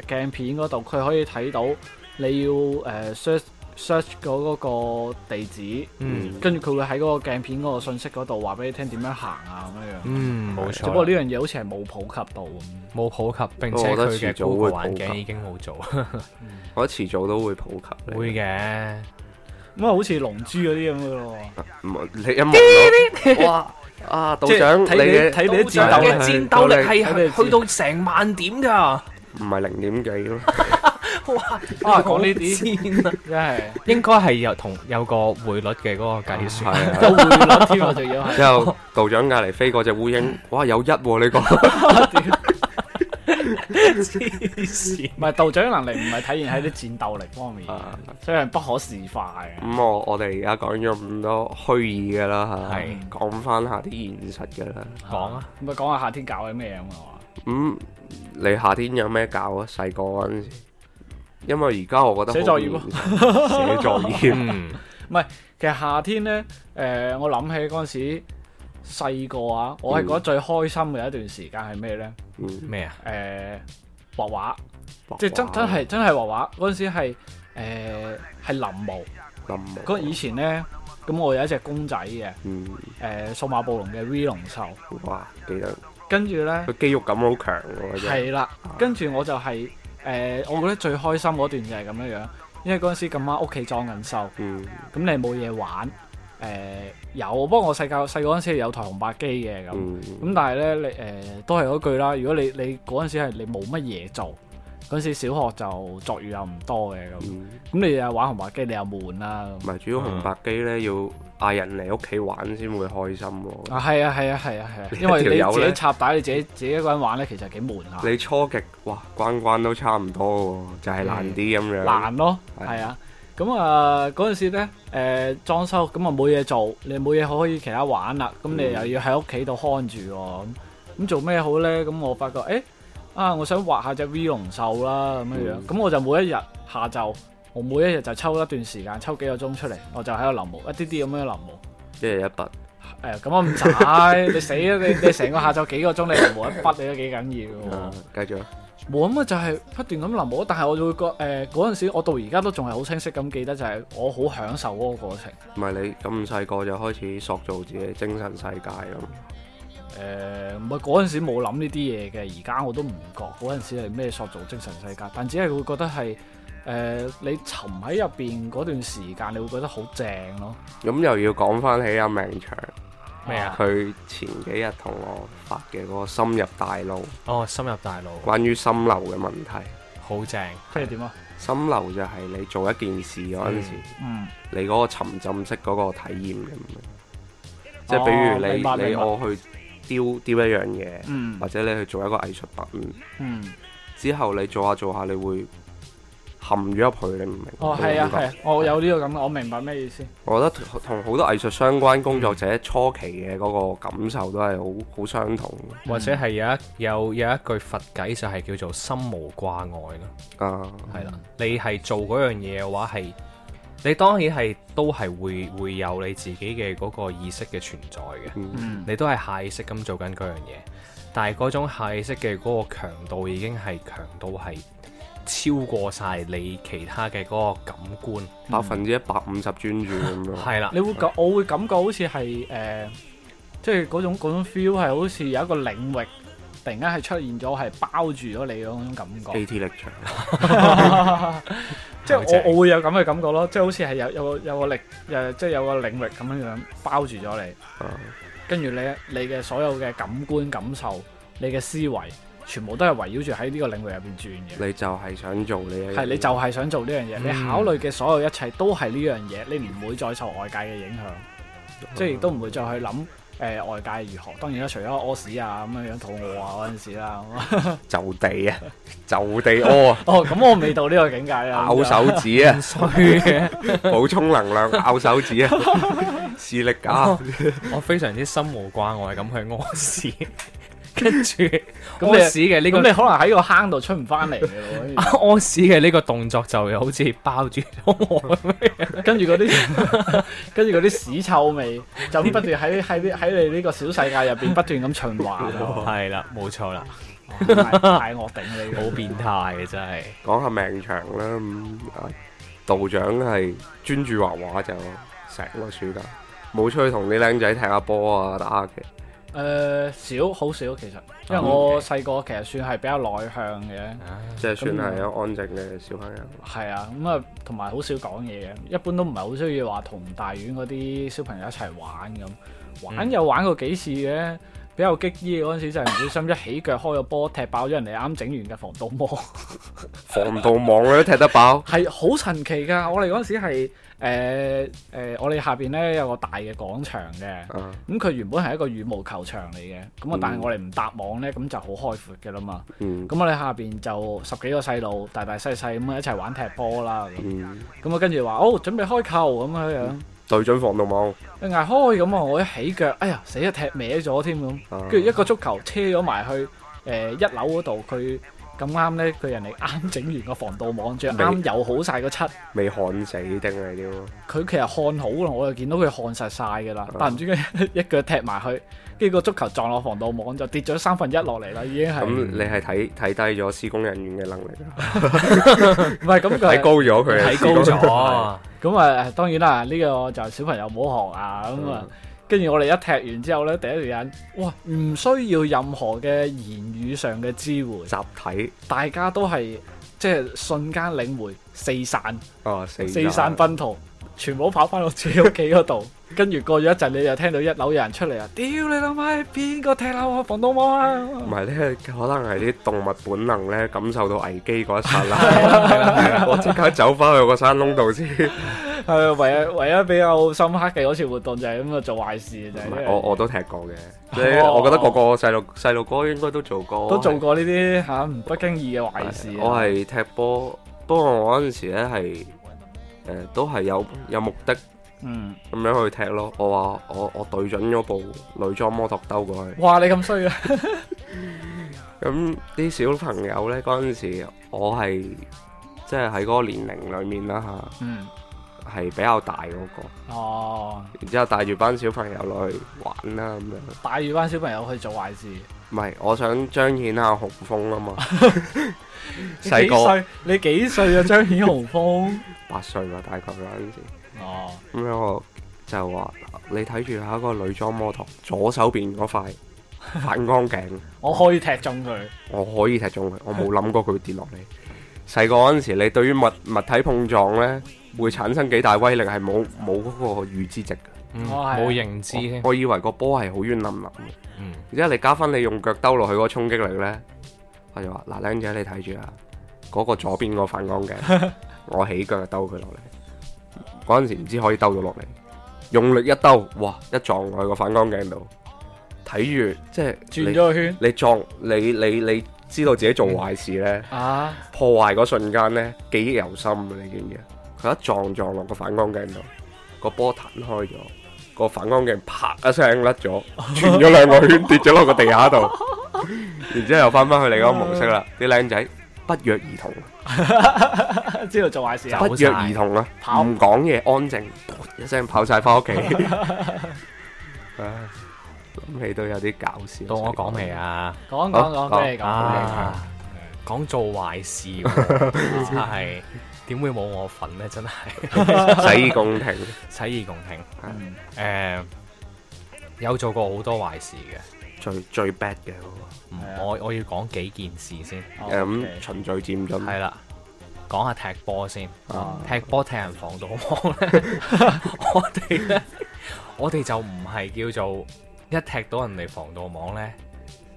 Speaker 3: 鏡片嗰度，佢可以睇到你要誒、search search 嗰嗰個地址，
Speaker 2: 嗯。
Speaker 3: 跟住佢會喺嗰個鏡片嗰個信息嗰度話俾你聽點樣行啊咁樣樣。
Speaker 2: 嗯，冇
Speaker 3: 只不過呢
Speaker 2: 錯啦，
Speaker 3: 樣嘢好似係冇普及到咁。
Speaker 2: 冇普及，並且
Speaker 1: 我覺得
Speaker 2: 佢嘅
Speaker 1: 遲早會
Speaker 2: Google 眼
Speaker 1: 普
Speaker 2: 鏡
Speaker 1: 及
Speaker 2: 已經好 早，
Speaker 1: 我覺得遲早都會普及。
Speaker 2: 會，嘅。
Speaker 3: 咁啊，好似龍珠嗰啲咁嘅咯喎。
Speaker 1: 唔你一望 到，哇啊！道
Speaker 3: 即係
Speaker 1: 長，
Speaker 3: 睇
Speaker 1: 嘅
Speaker 3: 睇你啲戰鬥
Speaker 1: 係
Speaker 2: 嘅戰鬥力
Speaker 3: 睇你
Speaker 2: 係
Speaker 3: 知
Speaker 2: 去到成萬點㗎，哇！
Speaker 1: 唔係零點幾 咯？
Speaker 3: 啊講呢啲
Speaker 2: 啲啊，
Speaker 3: 真係
Speaker 2: 應該係有同有個匯率嘅嗰個計算，
Speaker 1: 係啊。
Speaker 3: 有匯率添啊，仲要 係。
Speaker 1: 之後道長隔離飛過只烏 蠅，哇有一喎呢個，
Speaker 2: 黐線
Speaker 3: 唔係道長能力唔係體現喺啲戰鬥力方面，
Speaker 1: 啊
Speaker 3: 所以係不可視化嘅。
Speaker 1: 咁我我哋而家講咗咁多虛擬嘅啦嚇，
Speaker 2: 係
Speaker 1: 講翻下啲現實嘅啦。
Speaker 2: 講啊，
Speaker 3: 咁咪講下夏天搞緊咩咁啊？
Speaker 1: 咁、你夏天有咩搞啊？細個嗰陣時，因為而家我覺得
Speaker 3: 寫作業啊咯
Speaker 1: 好現實寫作 業
Speaker 2: 嗯
Speaker 3: 其實夏天呢，誒、我諗起嗰陣時細個啊，我係覺得最開心嘅一段時間係咩呢？
Speaker 1: 嗯，
Speaker 2: 咩啊？
Speaker 3: 誒、畫畫，
Speaker 1: 畫
Speaker 3: 即係真
Speaker 1: 畫
Speaker 3: 真係真係畫畫。嗰陣時係誒係臨摹。
Speaker 1: 冧啊
Speaker 3: 嗰以前呢，咁我有一隻公仔嘅，誒、
Speaker 1: 嗯，
Speaker 3: 數碼暴龍嘅 V 龍獸，
Speaker 1: 哇，記得
Speaker 3: 跟住呢，
Speaker 1: 佢肌肉感好強喎，真係
Speaker 3: 係啊啦，跟住我就係、誒、我覺得最開心嗰段就係咁樣樣，因為嗰陣時咁啱屋企裝緊修。
Speaker 1: 嗯
Speaker 3: 咁你冇嘢玩，誒、有，不過我細個細個嗰陣時有台紅白機嘅咁，咁、
Speaker 1: 嗯，
Speaker 3: 但係咧你誒、都係嗰句啦，如果你你嗰陣時係你冇乜嘢做，嗰陣時小學就作業又唔多嘅咁，咁、
Speaker 1: 嗯
Speaker 3: 你又玩紅白機你又悶啦
Speaker 1: 唔係主要
Speaker 3: 嗯
Speaker 1: 紅白機咧，要嗌人嚟屋企玩先會開心喎。
Speaker 3: 咁，啊係啊係啊係啊 係啊，
Speaker 1: 你
Speaker 3: 因為
Speaker 1: 條友
Speaker 3: 你自
Speaker 1: 呢
Speaker 3: 己插帶你自己自己一個人玩咧，其實幾悶啊，
Speaker 1: 你初極哇關關都差唔多喎，就係、難啲咁樣。
Speaker 3: 嗯難咯，
Speaker 1: 係
Speaker 3: 係啊。咁啊，嗰陣時咧，誒、裝修咁啊冇嘢做，你冇嘢可以其他玩啦，咁你
Speaker 1: 嗯
Speaker 3: 又要喺屋企度看住喎，咁咁做咩好咧？咁我發覺，誒、啊，我想畫下只 V 龍獸啦，咁樣樣，
Speaker 1: 嗯
Speaker 3: 咁、我就每一日下晝，我每一日就抽一段時間，抽幾個鐘出嚟，我就喺度臨摹，一啲啲咁樣臨摹。
Speaker 1: 一日一筆，
Speaker 3: 哦誒，咁我唔使，你死啦！你你成個下晝幾個鐘，你臨摹一筆，你都幾緊要喎
Speaker 1: 啊。繼續。
Speaker 3: 冇咁啊，就係不斷咁臨摹，但係我就會覺誒嗰陣時，我到而家都仲係好清晰咁記得，就係我好享受嗰個過程。
Speaker 1: 唔係你咁細個就開始塑造自己嘅精神世界咁，
Speaker 3: 誒唔係嗰陣時冇諗呢啲嘢嘅，而家我都唔覺嗰陣時係咩塑造精神世界，但只係會覺得係誒、你沉喺入邊嗰段時間，你會覺得好正咯。
Speaker 1: 咁又要講翻起阿明祥，
Speaker 2: 咩啊？
Speaker 1: 佢前幾日同我發嘅嗰個深入大腦，
Speaker 2: 哦，深入大腦，
Speaker 1: 關於心流嘅問題。
Speaker 2: 好正。
Speaker 3: 即係點啊？
Speaker 1: 心流就係你做一件事嗰陣時，
Speaker 3: 嗯，
Speaker 1: 你嗰個沉浸式嗰個體驗咁樣。即係比如
Speaker 3: 哦明白
Speaker 1: 你你
Speaker 3: 明白
Speaker 1: 我去雕雕一樣嘢，
Speaker 3: 嗯
Speaker 1: 或者你去做一個藝術品，
Speaker 3: 嗯，
Speaker 1: 之後你做下做下，你會陷咗入去，你唔明？
Speaker 3: 哦，係啊，係啊，我有呢個感覺，我明白咩意思。
Speaker 1: 我覺得同好多藝術相關工作者初期嘅嗰個感受都係好好相同
Speaker 2: 或者係有一有有一句佛偈就係叫做心無掛礙咯。
Speaker 1: 嘅啊。
Speaker 2: 係
Speaker 3: 嗯
Speaker 2: 啦，你係做嗰樣嘢嘅話係，你當然係都係會會有你自己嘅嗰個意識嘅存在嘅，
Speaker 1: 嗯
Speaker 3: 嗯
Speaker 2: 你都係下意識咁做緊嗰樣嘢，但係嗰種下意識嘅嗰個強度已經係強到係超過晒你其他嘅嗰個感官，
Speaker 1: 百分之一百五十專注咁樣。
Speaker 2: 係啦，
Speaker 3: 嗯你會感，我會感覺好似係誒，即係嗰種嗰種 feel 係好似有一個領域突然間係出現咗，係包住咗你嗰種感 覺。
Speaker 1: AT 力場，
Speaker 3: 即
Speaker 2: 好正
Speaker 3: 係我我會有咁嘅感覺咯，即係好似係有有個有個力誒，即係有個領域咁樣樣包住咗你，
Speaker 1: 啊
Speaker 3: 跟住你你嘅所有嘅感官感受，你嘅思維，全部都係圍繞住喺呢個領域入邊轉嘅。
Speaker 1: 你就係想做呢一樣嘢
Speaker 3: 係你就啊係想做呢樣嘢，
Speaker 2: 嗯
Speaker 3: 你考慮嘅所有一切都係呢樣嘢，你唔會再受外界嘅影響，
Speaker 2: 嗯
Speaker 3: 即係亦都唔會再去諗誒外界如何。當然啦，除咗屙屎啊咁樣樣肚餓啊嗰陣時啦，咁
Speaker 1: 就地啊，就地屙 啊，
Speaker 3: 哦咁我未到呢個境界 啊，
Speaker 1: 咬手指啊，
Speaker 2: 衰嘅。
Speaker 1: 補充能量，咬手指 啊，視力啊，
Speaker 2: 我非常之心無掛礙咁去屙屎， 跟住
Speaker 3: 你
Speaker 2: 屙屎嘅呢
Speaker 3: 咁
Speaker 2: 個
Speaker 3: 你可能喺個坑度出唔翻嚟嘅喎
Speaker 2: 屙屎嘅呢個動作就好似包住咗 我咁樣，
Speaker 3: 跟住，跟住嗰啲跟住嗰啲屎臭味就咁不斷喺喺啲喺你呢個小世界入邊不斷咁循 環啊，
Speaker 2: 係啦，冇錯啦，
Speaker 3: 太太惡頂你
Speaker 2: 好變態啊嘅真係。
Speaker 1: 講下命長啦。咁啊道長係專注畫畫就成個暑假，冇出去同啲僆仔踢下波啊，打下棋。
Speaker 3: 誒、少好少其實，因為我細個其實算係比較內向嘅，
Speaker 1: 即係算係一個安靜嘅小朋友。
Speaker 3: 係啊，咁啊同埋好少講嘢嘅，一般都唔係好需要話同大院嗰啲小朋友一齊玩咁，玩
Speaker 2: 嗯
Speaker 3: 有玩過幾次嘅，比較激啲嘅嗰陣時就係唔小心一起腳開個波踢爆咗人哋啱整完嘅防盜網。
Speaker 1: 防盜網你都踢得爆，
Speaker 3: 係好神奇㗎！我哋嗰陣時係誒誒，我哋下邊咧有個大嘅廣場嘅，
Speaker 1: 啊
Speaker 3: 咁佢原本係一個羽毛球場嚟嘅，咁啊
Speaker 1: 嗯
Speaker 3: 但係我哋唔搭網咧，咁就好開闊嘅啦嘛。
Speaker 1: 嗯
Speaker 3: 咁我哋下邊就十幾個細路，大大細細咁啊一齊玩踢波啦。咁
Speaker 1: 嗯，
Speaker 3: 咁啊跟住話哦，準備開球咁樣樣，
Speaker 1: 對準防盜網
Speaker 3: 一嗌開咁啊，我一起腳，哎呀死啊踢歪咗添咁，
Speaker 1: 啊，
Speaker 3: 跟住一個足球車咗埋去誒、一樓嗰度，佢咁啱咧，佢人哋啱整完個防盜網，仲要啱油好晒個漆。
Speaker 1: 未焊死定係點啊？
Speaker 3: 佢其實焊好啦，我就啊見到佢焊實晒㗎啦，但唔知佢一腳踢埋去，跟住個足球撞落防盜網就跌咗三分一落嚟啦，已經係
Speaker 1: 咁你係睇睇低咗施工人員嘅能力啊，
Speaker 3: 唔係咁佢
Speaker 1: 睇
Speaker 3: 係
Speaker 1: 高咗佢啊，
Speaker 2: 睇高咗，
Speaker 3: 咁啊？當然啦，呢、個就小朋友唔好學啊咁啊。跟住我哋一踢完之後呢，第一時間哇，唔需要任何嘅言語上嘅支援，
Speaker 1: 集體
Speaker 3: 大家都係即係瞬間領會四散。
Speaker 1: 啊，四
Speaker 3: 四散奔逃，全部跑翻到自己屋企嗰度。跟住過咗一陣，你就聽到一樓有人出嚟啊！屌你老母，邊個踢樓啊？防盜網
Speaker 1: 唔
Speaker 3: 啊！
Speaker 1: 係咧，可能係啲動物本能咧，感受到危機嗰一剎
Speaker 3: 啊
Speaker 1: 那，我即刻走翻去個山窿度先。唔
Speaker 3: 係啊唯一唯一比較深刻嘅嗰次活動就係咁啊，做壞事就係呢樣
Speaker 1: 係
Speaker 3: 嘢
Speaker 1: 我我都踢過嘅，即係我覺得個個細路細路哥應該都做過，
Speaker 3: 哦都做過呢啲嚇唔不經意嘅壞事啊。
Speaker 1: 我係踢波，不過我嗰陣時咧係誒都係有有目的
Speaker 3: 嗯，
Speaker 1: 咁樣去踢咯。我話我我對準咗部女裝摩托兜過去，
Speaker 3: 哇！你咁衰啊！
Speaker 1: 咁啲小朋友咧嗰陣時，我係即係喺嗰個年齡裡面啦
Speaker 3: 嗯，
Speaker 1: 嚇，係比較大嗰、個，
Speaker 3: 哦，
Speaker 1: 然之後帶住班小朋友落去玩啦咁樣。
Speaker 3: 帶住班小朋友去做壞事。
Speaker 1: 唔係，我想彰顯下雄風啊嘛，
Speaker 3: 你
Speaker 1: 細
Speaker 3: 幾
Speaker 1: 個
Speaker 3: 歲？你幾歲啊？張顯雄峰。
Speaker 1: 八歲吧，大概嗰陣時。
Speaker 3: 哦，
Speaker 1: 咁樣我就話你睇住下一個女裝摩托左手邊嗰塊反光鏡，
Speaker 3: 我可以踢中佢。
Speaker 1: 我可以踢中佢，我冇諗過佢會跌落嚟。細個嗰陣時，你對於物物體碰撞呢，會產生幾大威力係冇冇嗰個預知值嘅。
Speaker 2: 嗯
Speaker 3: 我係
Speaker 2: 冇認知
Speaker 1: 我
Speaker 2: 添，
Speaker 1: 我以為個波係好冤冧冧嘅，
Speaker 2: 嗯
Speaker 1: 然之後你加翻你用腳兜落去嗰個衝擊力呢，我就話嗱，靚仔你睇住啊，嗰、個左邊個反光鏡， 我起腳就兜佢落嚟。嗰陣時唔知可以兜到落嚟，用力一兜，哇！一撞落去個反光鏡度，睇住即係
Speaker 3: 轉咗嗯
Speaker 1: 你
Speaker 3: 個圈
Speaker 1: 你撞你你你知道自己做壞事咧，
Speaker 3: 啊！
Speaker 1: 破壞嗰瞬間咧記憶猶新嘅，你知唔知啊？佢一撞撞落個反光鏡度，個波彈開咗，個反光鏡啪一聲甩咗，轉咗兩個圈，跌咗落個地 下度，然之後又翻翻去你嗰個模式啦。啲靚仔不約而同。
Speaker 3: 知道做壞事啊！
Speaker 2: 走
Speaker 1: 不約而同啦，
Speaker 3: 跑
Speaker 1: 唔講嘢，安靜，噗一聲跑晒翻 屋企。唉諗起都有啲搞笑。
Speaker 2: 到我講未？啊？
Speaker 3: 講講
Speaker 1: 好
Speaker 3: 講，俾你講，
Speaker 2: 啊，講做壞事 喎，真係點會冇我份呢？真 係
Speaker 1: 洗耳恭聽，
Speaker 2: 洗耳恭聽。
Speaker 3: 俾你講。嗯
Speaker 2: 誒、有做過好多壞事嘅。
Speaker 1: 最最 bad 嘅嗰
Speaker 2: 唔
Speaker 3: 係啊
Speaker 2: 我我要講幾件事先，
Speaker 3: 哦
Speaker 1: 個，咁
Speaker 3: OK
Speaker 1: 循序漸進。
Speaker 2: 係啦，講下踢波先，
Speaker 1: 嗯啊
Speaker 2: 踢波踢人防盜網咧， 我哋咧，我哋就唔係叫做一踢到人哋防盜網咧，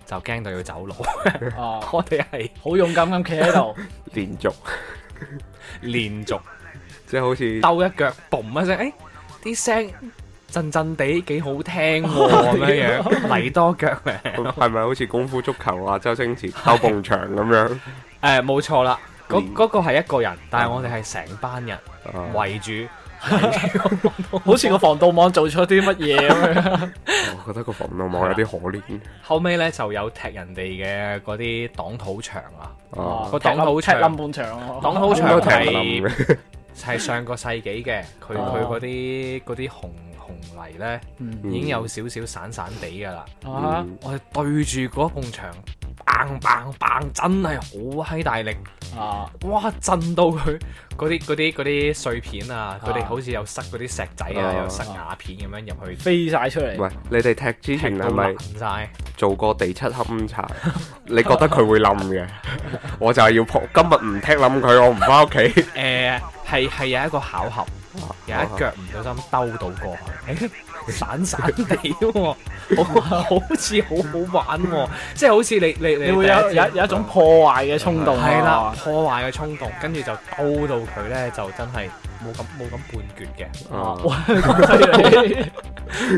Speaker 2: 就驚到要走佬，
Speaker 3: 哦，
Speaker 2: 我哋係
Speaker 3: 好勇敢咁企喺度，
Speaker 1: 連續，
Speaker 2: 連續
Speaker 1: 即係好似
Speaker 2: 兜一腳，嘣一聲，誒、哎啲聲震震地幾好 聽喎、咁樣
Speaker 1: 啊
Speaker 2: 樣，嚟多腳嚟，誒、
Speaker 1: 係咪好似功夫足球啊？周星馳兜埲牆咁 樣。
Speaker 2: 冇錯啦，嗰
Speaker 1: 連嗯
Speaker 2: 嗰、個係一個人，但係我哋係成班人
Speaker 1: 啊
Speaker 2: 圍住。
Speaker 3: 好似個防盜網做錯啲乜嘢 咁樣。
Speaker 1: 我覺得個防盜網有啲可憐。
Speaker 2: 後尾咧就有踢人哋嘅嗰啲擋土牆啊，
Speaker 1: 啊
Speaker 2: 個擋好長
Speaker 3: 哦踢冧半場喎，啊哦
Speaker 2: 擋好
Speaker 1: 都踢
Speaker 2: 長
Speaker 1: 唔冧
Speaker 2: 係
Speaker 1: 嘅。
Speaker 2: 係上個世紀嘅，佢佢嗰
Speaker 3: 哦
Speaker 2: 啲嗰啲紅紅泥咧
Speaker 3: 嗯
Speaker 1: 嗯
Speaker 2: 已經有少少散散地噶啦，
Speaker 3: 啊
Speaker 2: 我哋對住嗰埲牆，bang bang bang，真係好閪大力，
Speaker 3: 啊
Speaker 2: 哇震到佢嗰啲嗰啲嗰啲碎片啊，佢哋
Speaker 3: 啊哦
Speaker 2: 好似有塞嗰啲石仔
Speaker 1: 啊
Speaker 2: 啊，有塞瓦片咁樣入去，
Speaker 3: 飛晒出
Speaker 1: 喂
Speaker 3: 嚟，，
Speaker 1: 你哋踢之前
Speaker 2: 踢
Speaker 3: 啊
Speaker 2: 到
Speaker 1: 係咪
Speaker 2: 爛？晒。
Speaker 1: 做過地七勘察，你覺得佢會冧嘅？我就係要撲，今日唔踢冧佢，我唔翻屋企。
Speaker 2: 誒呃係係有一個巧合。
Speaker 3: 哦
Speaker 2: 有一腳唔小心兜到過去，散散地喎， 好好似好好玩喎，即係好似你你
Speaker 3: 你
Speaker 2: 你
Speaker 3: 會有有有一種破壞嘅衝動啊
Speaker 2: 係啦，破壞嘅衝動，跟住就兜到佢咧，就真係冇咁冇咁半橛嘅，
Speaker 3: 啊
Speaker 1: 啊
Speaker 3: 哇 犀利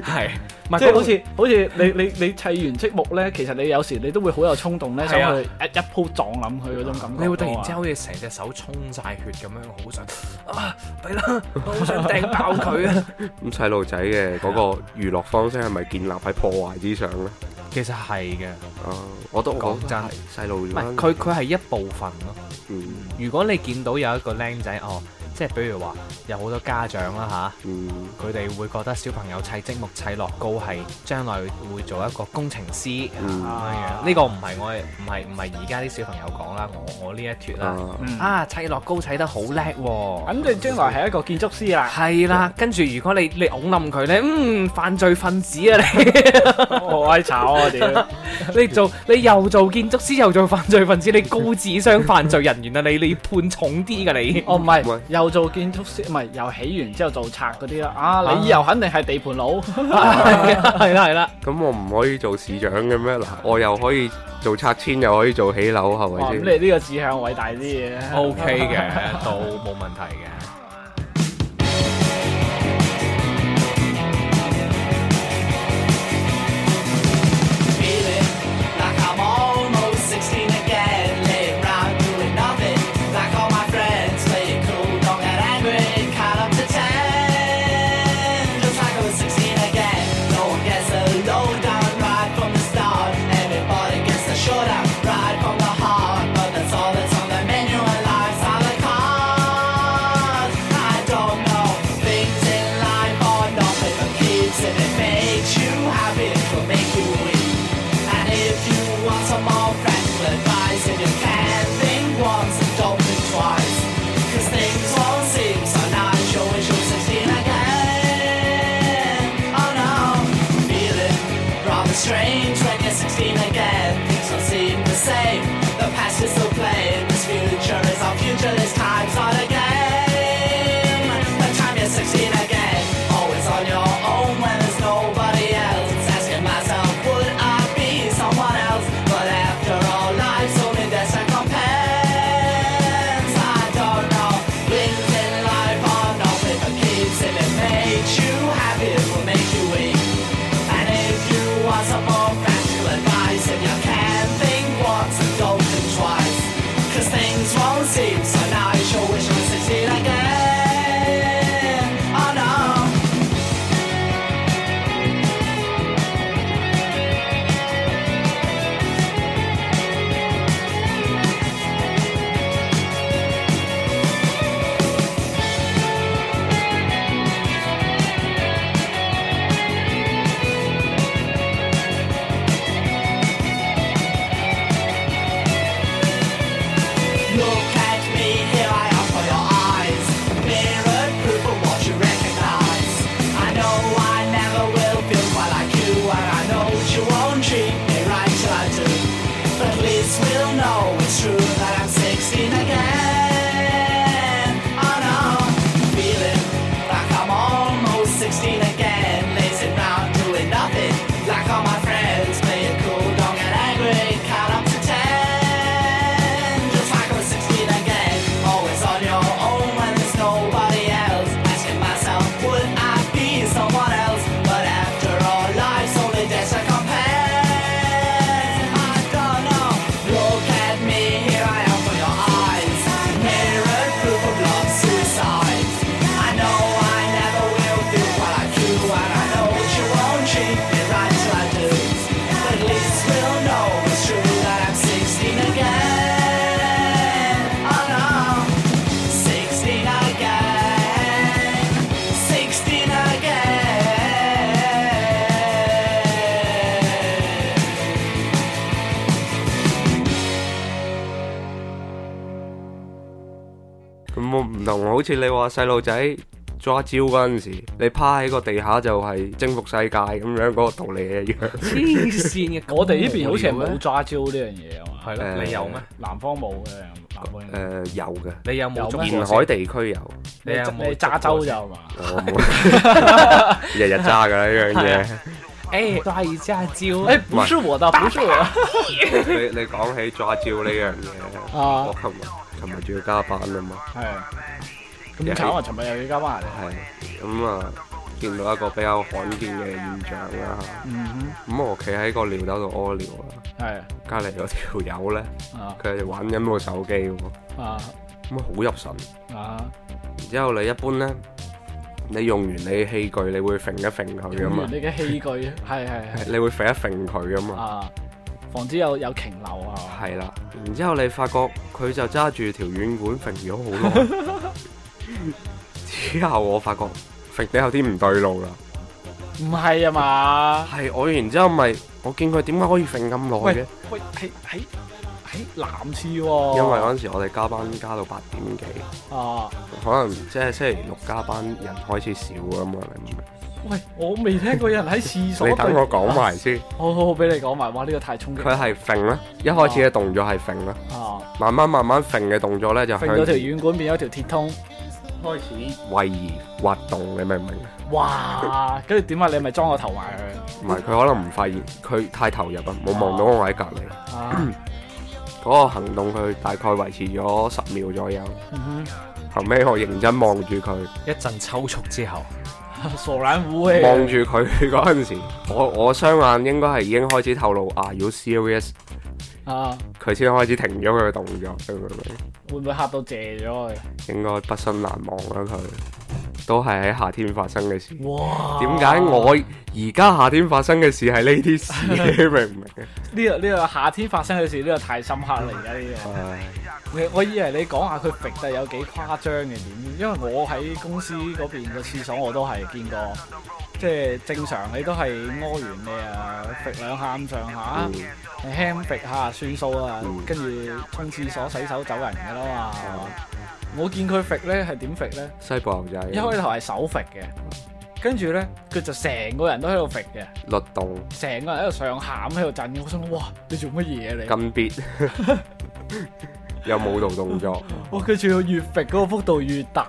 Speaker 2: 係唔係
Speaker 3: 即係好似好似你你你砌完積木咧，其實你有時你都會好有衝動咧，想
Speaker 2: 係啊
Speaker 3: 去一一鋪撞冧佢嗰種感覺。啊
Speaker 2: 你會突然之間好似成隻手沖晒血咁樣，好想啊俾啦，我好想掟爆佢 啊！
Speaker 1: 咁細路仔嘅嗰個娛樂方式係咪建立喺破壞之上呢？
Speaker 2: 其實係嘅，
Speaker 1: 啊，我都
Speaker 2: 講真
Speaker 1: 我都係細路
Speaker 2: 唔
Speaker 1: 啦
Speaker 2: 係佢佢係一部分咯。
Speaker 1: 嗯
Speaker 2: 如果你見到有一個僆仔哦，即係比如話有好多家長啦吓。
Speaker 1: 嗯
Speaker 2: 佢哋會覺得小朋友砌積木砌樂高係將來會做一個工程師啊咁
Speaker 1: 嗯
Speaker 2: 樣
Speaker 3: 啊
Speaker 2: 樣，呢個唔係我唔係唔係而家啲小朋友講啦，我我呢一脱啦，
Speaker 1: 啊
Speaker 3: 嗯
Speaker 2: 啊砌樂高砌得好叻喎，
Speaker 3: 咁你將來係一個建築師啊 啦，
Speaker 2: 係
Speaker 1: 嗯
Speaker 2: 啦，跟住如果你你㧬冧佢咧，嗯犯罪分子啊你，
Speaker 3: 我閪炒啊屌！
Speaker 2: 你做你又做建築師又做犯罪分子，你高智商犯罪人員啊你，你判重啲噶 你，
Speaker 3: 哦唔
Speaker 1: 喂
Speaker 3: 係，又做建築師，唔係又起完之後做拆嗰啲啦。啊，
Speaker 2: 啊
Speaker 3: 你以後肯定係地 盤佬。
Speaker 2: 係啦係啦，
Speaker 1: 咁我唔可以做市長嘅咩？嗱，我又可以做拆遷，又可以做起樓，係
Speaker 3: 哇
Speaker 1: 咪
Speaker 3: 咁
Speaker 1: 先？
Speaker 3: 你呢個志向偉大啲嘅。
Speaker 2: O K 嘅，都冇問題嘅。
Speaker 4: feeling like I'm almost 16 again. Lay around doing nothing like all my friends. Play it cool, don't get angry. Count up to 10. Just like I was 16 again. No one gets a lowdown right from the start. Everybody gets a showdown right from the heart. But that's all that's on the menu and life's a la carte. I don't know. Things in life are nothing but keeps and it makes you happy. It will make you win. And if you want some more practical advice, if you can, think once and don't think twice. Cause things won't seem so nice, you wish you were 16 again. Oh no, feeling rather strange when you're 16 again. Things don't seem the same, the past is so plain. This future is our future, this time's not a game. The time you're 16 again, always on your own when there's nobody else. Asking myself, would I be someone else? But after all, life's only there's recompense. I don't know. Wings in life are nothing but keeps. If it makes you happy, it will make you weak. And if you want some more Oh, Kids will know it's true that I'm 16 again. Oh no, feeling like I'm almost 16 again. Lazing round doing nothing, like all my friends. Play it cool, don't get angry, count up to 10. Just like I'm 16 again. Always on your own when there's nobody else. Asking myself, would I be someone else? But after all, life's only just a compare. I don't know. Look at me, here I am for your eyes. Mirror proof of love, suicide. I know I never will do what I do, and I know that you won't treat me right till I do. But at least we'll know it's true that I'm 16 again. Oh no. 16 again. 16 again.
Speaker 1: 咁我唔同，好似你話細路仔抓阄嗰陣時，你趴喺個地下就係征服世界咁樣，嗰、個道理一樣。
Speaker 2: 黐線嘅，
Speaker 3: 我哋呢邊好似係
Speaker 2: 無聊
Speaker 3: 冇
Speaker 2: 嘅
Speaker 3: 抓阄呢樣嘢啊嘛，
Speaker 2: 係咯，
Speaker 1: 誒
Speaker 2: 你有咩？
Speaker 3: 南方冇嘅，南方
Speaker 1: 誒、
Speaker 3: 應該
Speaker 1: 有 嘅，
Speaker 2: 你有冇
Speaker 3: 有
Speaker 2: 捉
Speaker 3: 咩
Speaker 1: 沿
Speaker 2: 過
Speaker 1: 海
Speaker 2: 先？
Speaker 1: 地區有，
Speaker 2: 你有
Speaker 3: 你
Speaker 2: 冇
Speaker 3: 揸
Speaker 2: 捉過
Speaker 3: 州
Speaker 2: 先？
Speaker 3: 就嘛，
Speaker 1: 我冇 日日揸㗎啦呢樣嘢。
Speaker 3: 啊
Speaker 2: 誒，都係揸阄。
Speaker 3: 誒不是我的，不是我 的，
Speaker 1: 你你講起抓阄呢樣嘢，
Speaker 3: 啊
Speaker 1: 我琴日琴日仲要加班啊嘛，
Speaker 3: 係咁慘啊！尋日又要加班嚟，
Speaker 1: 係咁啊，見到一個比較罕見嘅現象啊啦。
Speaker 3: 嗯
Speaker 1: 咁我企喺個尿兜度屙尿啦，
Speaker 3: 哼，係
Speaker 1: 隔離有條友咧，
Speaker 3: 啊
Speaker 1: 佢係玩緊部手機喎，
Speaker 3: 啊
Speaker 1: 咁啊好入神。
Speaker 3: 啊，
Speaker 1: 然之後你一般咧，你用完你器具，你會揈一揈佢噶
Speaker 3: 用
Speaker 1: 嘛
Speaker 3: 完，你嘅 器具，係啊係係
Speaker 1: 你會揈一揈佢噶嘛，
Speaker 3: 啊，防止有有停留啊，
Speaker 1: 係啦。然之後你發覺佢就揸住條軟管揈咗好耐， 之後我發覺揈得有啲唔對路啦。
Speaker 3: 唔係啊嘛。
Speaker 1: 係我然之後咪我見佢點解可以揈咁耐嘅？
Speaker 3: 喂，哦係喺喺男廁喎，
Speaker 1: 因為嗰陣時我哋加班加到八點幾，
Speaker 3: 啊，
Speaker 1: 可能即係星期六加班人開始少啊嘛，你明唔明？
Speaker 3: 喂，我未聽過有人喺廁所
Speaker 1: 你
Speaker 3: 對。
Speaker 1: 等我講埋先，
Speaker 3: 好好好，俾你講埋，哇！呢個太衝擊。
Speaker 1: 啊佢係揈啦，一開始嘅動作係揈啦，
Speaker 3: 啊，
Speaker 1: 慢慢慢慢揈嘅動作咧就
Speaker 3: 揈
Speaker 1: 向
Speaker 3: 到條軟管變咗條鐵通，
Speaker 1: 開始位移滑動，你明唔明？啊
Speaker 3: 哇！跟住點啊？你咪裝個頭埋佢
Speaker 1: 唔係佢可能唔發現，佢太投入啊，冇望到我喺隔離。
Speaker 3: 啊？
Speaker 1: 嗰、個行動佢大概維持咗十秒左右，
Speaker 3: 嗯
Speaker 1: 後尾我認真望住佢，
Speaker 2: 一陣抽搐之後，
Speaker 3: 哼，傻懶糊嘅。
Speaker 1: 望住佢嗰陣時，我我雙眼應該係已經開始透露啊，要 serious，
Speaker 3: 啊！
Speaker 1: 佢先開始停咗佢嘅動作，你明唔明？
Speaker 3: 會唔會嚇到謝咗佢？
Speaker 1: 應該畢生難忘啦，佢都係喺夏天發生嘅事。
Speaker 3: 哇！
Speaker 1: 點解我而家夏天發生嘅事係呢啲 事？你明唔明啊？
Speaker 3: 呢個呢個夏天發生嘅事，呢個太深刻啦！而家呢樣。
Speaker 1: 唉
Speaker 3: 你我以為你講下佢揈得有幾誇張嘅點，因為我喺公司嗰邊個廁所我都係見過，即係正常你都係屙完你啊揈兩下咁上下
Speaker 1: 嗯，
Speaker 3: 你輕揈下算數啦
Speaker 1: 嗯，
Speaker 3: 跟住沖廁所洗手走人嘅啦嘛。我見佢揈咧係點揈咧？
Speaker 1: 西部牛仔
Speaker 3: 一開頭係手揈嘅，跟住咧佢就成個人都喺度揈嘅，
Speaker 1: 律動
Speaker 3: 成個人喺度上下咁喺度震，我心諗哇你做乜嘢啊你？
Speaker 1: 金必有舞蹈動 作，
Speaker 3: 哇！佢仲要越揈嗰個幅度越大，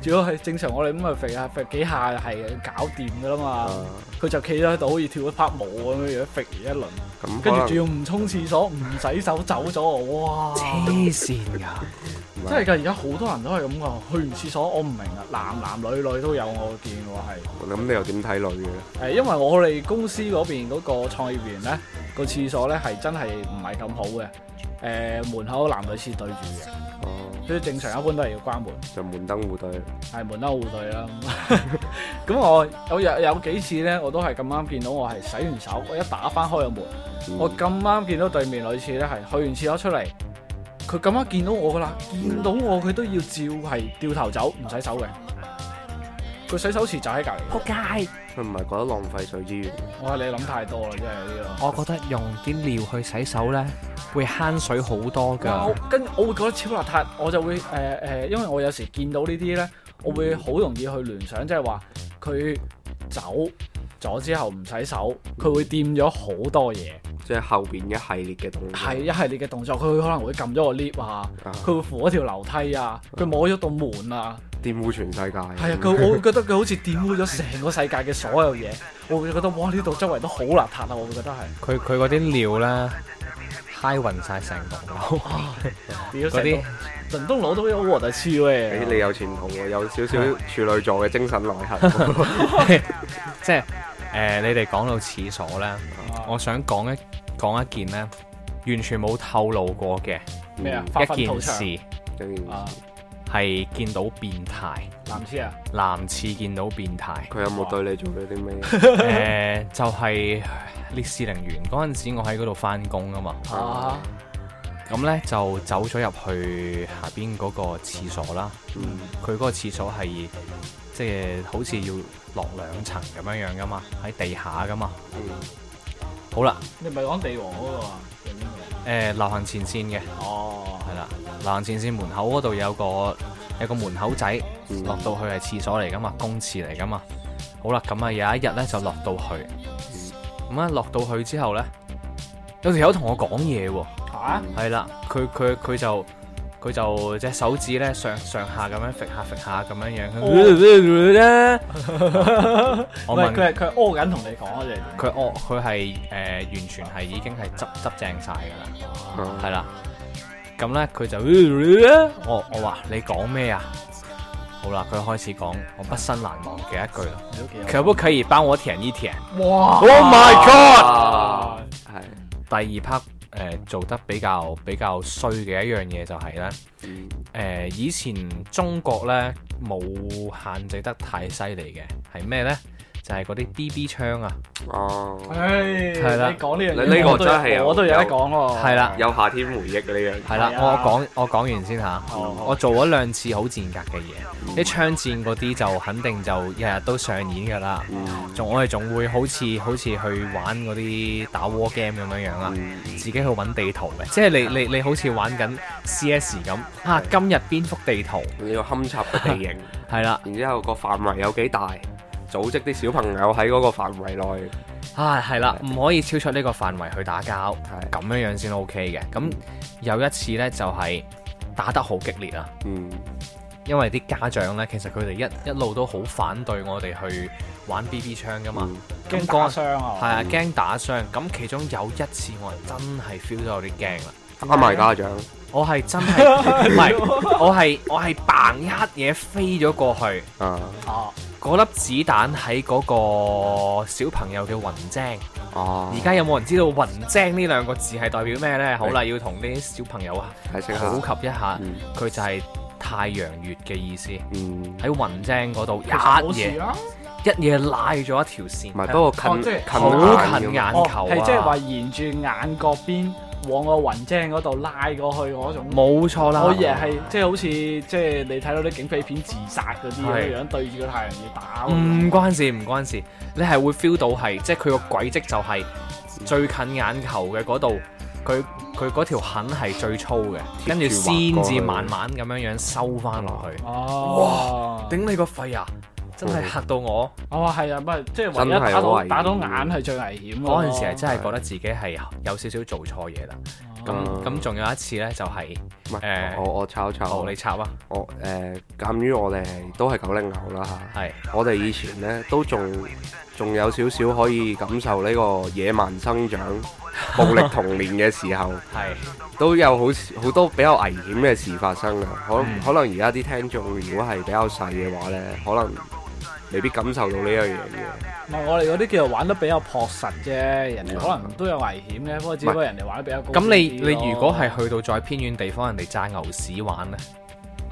Speaker 3: 仲要係正常我哋咁啊揈下揈幾下係搞掂噶啦
Speaker 1: 啊
Speaker 3: 嘛。佢就企咗喺度，好似跳一拍舞咁樣樣揈完一輪，
Speaker 1: 咁
Speaker 3: 跟
Speaker 1: 可能
Speaker 3: 住仲要唔沖廁所、唔洗手走咗我，哇！
Speaker 2: 黐線㗎，
Speaker 1: 唔係
Speaker 3: 真係㗎，而家好多人都係咁噶，去完廁所我唔明啊，男男女女都有我見喎
Speaker 1: 咁你又點睇女嘅咧？
Speaker 3: 係誒，因為我哋公司嗰邊嗰個創業園咧個廁所咧係真係唔係咁好嘅，誒門口男女廁對住嘅，
Speaker 1: 哦，
Speaker 3: 所以正常一般都係要關門。
Speaker 1: 就門當戶對，
Speaker 3: 係門啦，護隊啦。 咁咁我有有有幾次咧，我都係咁啱見到我係洗完手，我一打翻開個門，
Speaker 1: 嗯
Speaker 3: 我咁啱見到對面女廁咧係去完廁所出嚟，佢咁啱見到我噶啦，見到我佢都要照係掉頭走，唔洗手嘅。佢洗手池就喺隔離，
Speaker 1: 佢唔係覺得浪費水資源，
Speaker 3: 我話你諗太多啦，真係呢個。
Speaker 2: 我覺得用啲尿去洗手咧，會慳水好多
Speaker 3: 哇
Speaker 2: 㗎
Speaker 3: 我。跟住我會覺得超邋遢，我就會誒誒、呃呃因為我有時見到呢啲咧，我會好容易去聯想，即係話佢走咗之後唔洗手，佢會掂咗好多嘢，
Speaker 1: 即係後邊一系列嘅
Speaker 2: 嗯
Speaker 1: 動作。
Speaker 3: 係一系列嘅動作，佢可能會撳咗個 lift 啊，
Speaker 1: 啊
Speaker 3: 佢會扶咗條樓梯啊，佢摸咗道門啊，
Speaker 1: 玷污全世界。嗯
Speaker 3: 係
Speaker 1: 係
Speaker 3: 啊，佢我會覺得佢好似玷污咗成個世界嘅所有嘢，我會覺得哇呢度周圍都好邋遢啊，我會覺得
Speaker 2: 佢
Speaker 3: 係，
Speaker 2: 佢嗰啲尿啦，嗨暈晒成棟 樓。
Speaker 3: 屌
Speaker 2: 嗰啲
Speaker 3: 成棟樓都有我哋黐喂，
Speaker 1: 你有前途嘅，有少少處女座嘅精神內 核。
Speaker 2: 即係誒、呃你哋講到廁所咧，
Speaker 3: 啊
Speaker 2: 我想講一講一件咧，完全冇透露過嘅
Speaker 3: 咩啊？發
Speaker 2: 一
Speaker 3: 奮圖
Speaker 2: 件
Speaker 3: 強
Speaker 2: 事，
Speaker 1: 當然
Speaker 3: 啊，
Speaker 2: 係見到變態，
Speaker 3: 男廁啊，
Speaker 2: 男廁見到變態
Speaker 1: 。佢有冇對你做咗啲 咩？
Speaker 2: 誒、就係、烈士陵園嗰陣時，我喺嗰度翻工啊嘛，
Speaker 3: 啊
Speaker 2: 咁咧就走咗入去下邊嗰個廁所啦。
Speaker 1: 嗯
Speaker 2: 佢嗰個廁所係即係好似要落兩層咁樣樣噶嘛，喺地下噶嘛。
Speaker 1: 嗯
Speaker 2: 好啦，
Speaker 3: 你唔係講地王嗰個啊？
Speaker 2: 誒、流行前線嘅
Speaker 3: 哦，
Speaker 2: 係啦，流行前線門口嗰度有個有個門口仔
Speaker 1: 嗯
Speaker 2: 落到去係廁所嚟噶嘛，公廁嚟噶嘛。好啦，咁啊有一日咧就落到去，咁啊落到去之後咧，有條友同我講嘢喎。
Speaker 3: 嚇
Speaker 2: 係啦，佢佢佢就佢就隻手指咧上上下咁樣揈下揈下咁樣樣，佢
Speaker 3: 唔
Speaker 2: 我問
Speaker 3: 係佢係佢係屙緊同你講啊，定係點
Speaker 2: 佢哦，佢係誒完全係已經係執執正晒㗎啦，
Speaker 1: 啊
Speaker 2: 係啦。咁咧佢就呃我我話你講咩啊？好啦，佢開始講我畢生難忘嘅一句啦。
Speaker 3: 你都
Speaker 1: 嗯
Speaker 3: 幾
Speaker 2: 可
Speaker 3: 有
Speaker 2: 不可以幫我舔一舔？
Speaker 3: 哇
Speaker 2: Oh my
Speaker 1: god！係
Speaker 2: 第二 part 誒、做得比較比較衰嘅一樣嘢就係咧。
Speaker 1: 嗯
Speaker 2: 誒、以前中國咧冇限制得太犀利嘅，係咩咧？就係嗰啲 BB 槍啊，
Speaker 1: 哦，
Speaker 3: 唉，
Speaker 2: 係啦
Speaker 3: 你講呢樣
Speaker 1: 你呢
Speaker 3: 嘢，
Speaker 1: 個
Speaker 3: 我都有
Speaker 1: 真係有
Speaker 3: 我都有得講喎。
Speaker 2: 係啦
Speaker 1: 哦有夏天回憶嘅呢樣嘢。
Speaker 2: 係啦，
Speaker 3: 係
Speaker 2: 我
Speaker 3: 啊
Speaker 2: 講我講完先嚇，
Speaker 3: 好好
Speaker 2: 我做咗兩次好賤格嘅嘢，啲槍戰嗰啲就肯定就日日都上演㗎啦，
Speaker 1: 嗯
Speaker 2: 仲我哋仲會好似好似去玩嗰啲打 war game 咁樣樣啦。
Speaker 1: 嗯
Speaker 2: 自己去揾地圖嘅，即係你你你好似玩緊 CS 咁啊！今日邊幅地圖
Speaker 1: 你要勘察個地 形，
Speaker 2: 係啦，
Speaker 1: 然之後個範圍有幾大，組織啲小朋友喺嗰個範圍內。
Speaker 2: 啊，係啦，唔可以超出呢個範圍去打交，
Speaker 1: 係
Speaker 2: 咁樣樣先 OK 嘅。咁有一次呢，就係打得好激烈啊，
Speaker 1: 嗯
Speaker 2: 因為啲家長呢，其實佢哋一一路都好反對我哋去玩 BB 槍噶嘛
Speaker 1: 嗯，
Speaker 3: 驚
Speaker 2: 咁啊
Speaker 3: 打
Speaker 2: 嗰
Speaker 3: 傷啊！
Speaker 1: 哦
Speaker 2: 係啊，驚打傷。咁其中有一次我係真係 feel 到有啲驚啦，
Speaker 1: 打埋家長，
Speaker 2: 我係真係 唔係，我係我係嘭一嘢飛咗過去，
Speaker 1: 啊
Speaker 3: 啊，
Speaker 2: 嗰粒子彈喺嗰個小朋友嘅雲精。
Speaker 1: 哦，
Speaker 2: 而家有冇人知道雲精呢兩個字係代表咩呢？好啦，要同啲小朋友啊
Speaker 1: 解釋下，
Speaker 2: 普及一下
Speaker 1: 嗯，
Speaker 2: 佢就係太陽穴嘅意思。
Speaker 1: 嗯，
Speaker 2: 喺雲精嗰度一
Speaker 3: 冇
Speaker 2: 嘢
Speaker 3: 事啊啦。
Speaker 2: 一嘢拉咗一條線，
Speaker 1: 啊唔係不過
Speaker 3: 哦
Speaker 1: 近
Speaker 3: 即係
Speaker 2: 好
Speaker 1: 眼㗎
Speaker 2: 近
Speaker 1: 嘛
Speaker 2: 眼
Speaker 3: 哦
Speaker 2: 球啊！
Speaker 3: 係即係話沿住眼角邊往個雲精嗰度拉過去嗰種。
Speaker 2: 冇錯啦，
Speaker 1: Oh
Speaker 3: 我以為係即係好似即係你睇到啲警匪片自殺嗰啲咁
Speaker 2: 係嗯
Speaker 3: 樣對住個太陽要打喎。
Speaker 2: 唔關事唔關事，你係會 feel 到係即係佢個軌跡就係最近眼球嘅嗰度，佢佢嗰條痕係最粗嘅，跟住先至慢慢咁樣樣收翻落去。
Speaker 3: 哦，
Speaker 2: 頂你個肺啊！真係嚇到我。
Speaker 3: 哇！我係啊，唔係即係唯
Speaker 1: 真係
Speaker 3: 一打
Speaker 1: 好
Speaker 3: 到
Speaker 1: 危險
Speaker 3: 打到眼係最危險
Speaker 2: 嗰
Speaker 3: 陣
Speaker 2: 陣時係真係覺得自己係有少少做錯嘢啦。咁
Speaker 1: 嗯
Speaker 2: 咁仲有一次咧，就係、
Speaker 1: 唔係
Speaker 2: 誒
Speaker 1: 我我抄抄
Speaker 2: 哦，你插啊，
Speaker 1: 我誒，鑑於我哋都係九零後啦嚇，
Speaker 2: 係
Speaker 1: 我哋以前咧都仲仲有少少可以感受呢個野蠻生 長、暴力童年嘅時候。
Speaker 2: 係
Speaker 1: 都有好好多比較危險嘅事發生啊！可
Speaker 2: 嗯
Speaker 1: 可能而家啲聽眾如果係比較細嘅話呢，可能未必感受到呢樣嘢嘅。
Speaker 3: 唔係我哋嗰啲叫做玩得比較樸實啫，人哋可能都有危險嘅，不過只不過人哋玩得比較高。
Speaker 2: 啊咁你你如果係去到再偏遠地方，人哋炸牛屎玩咧，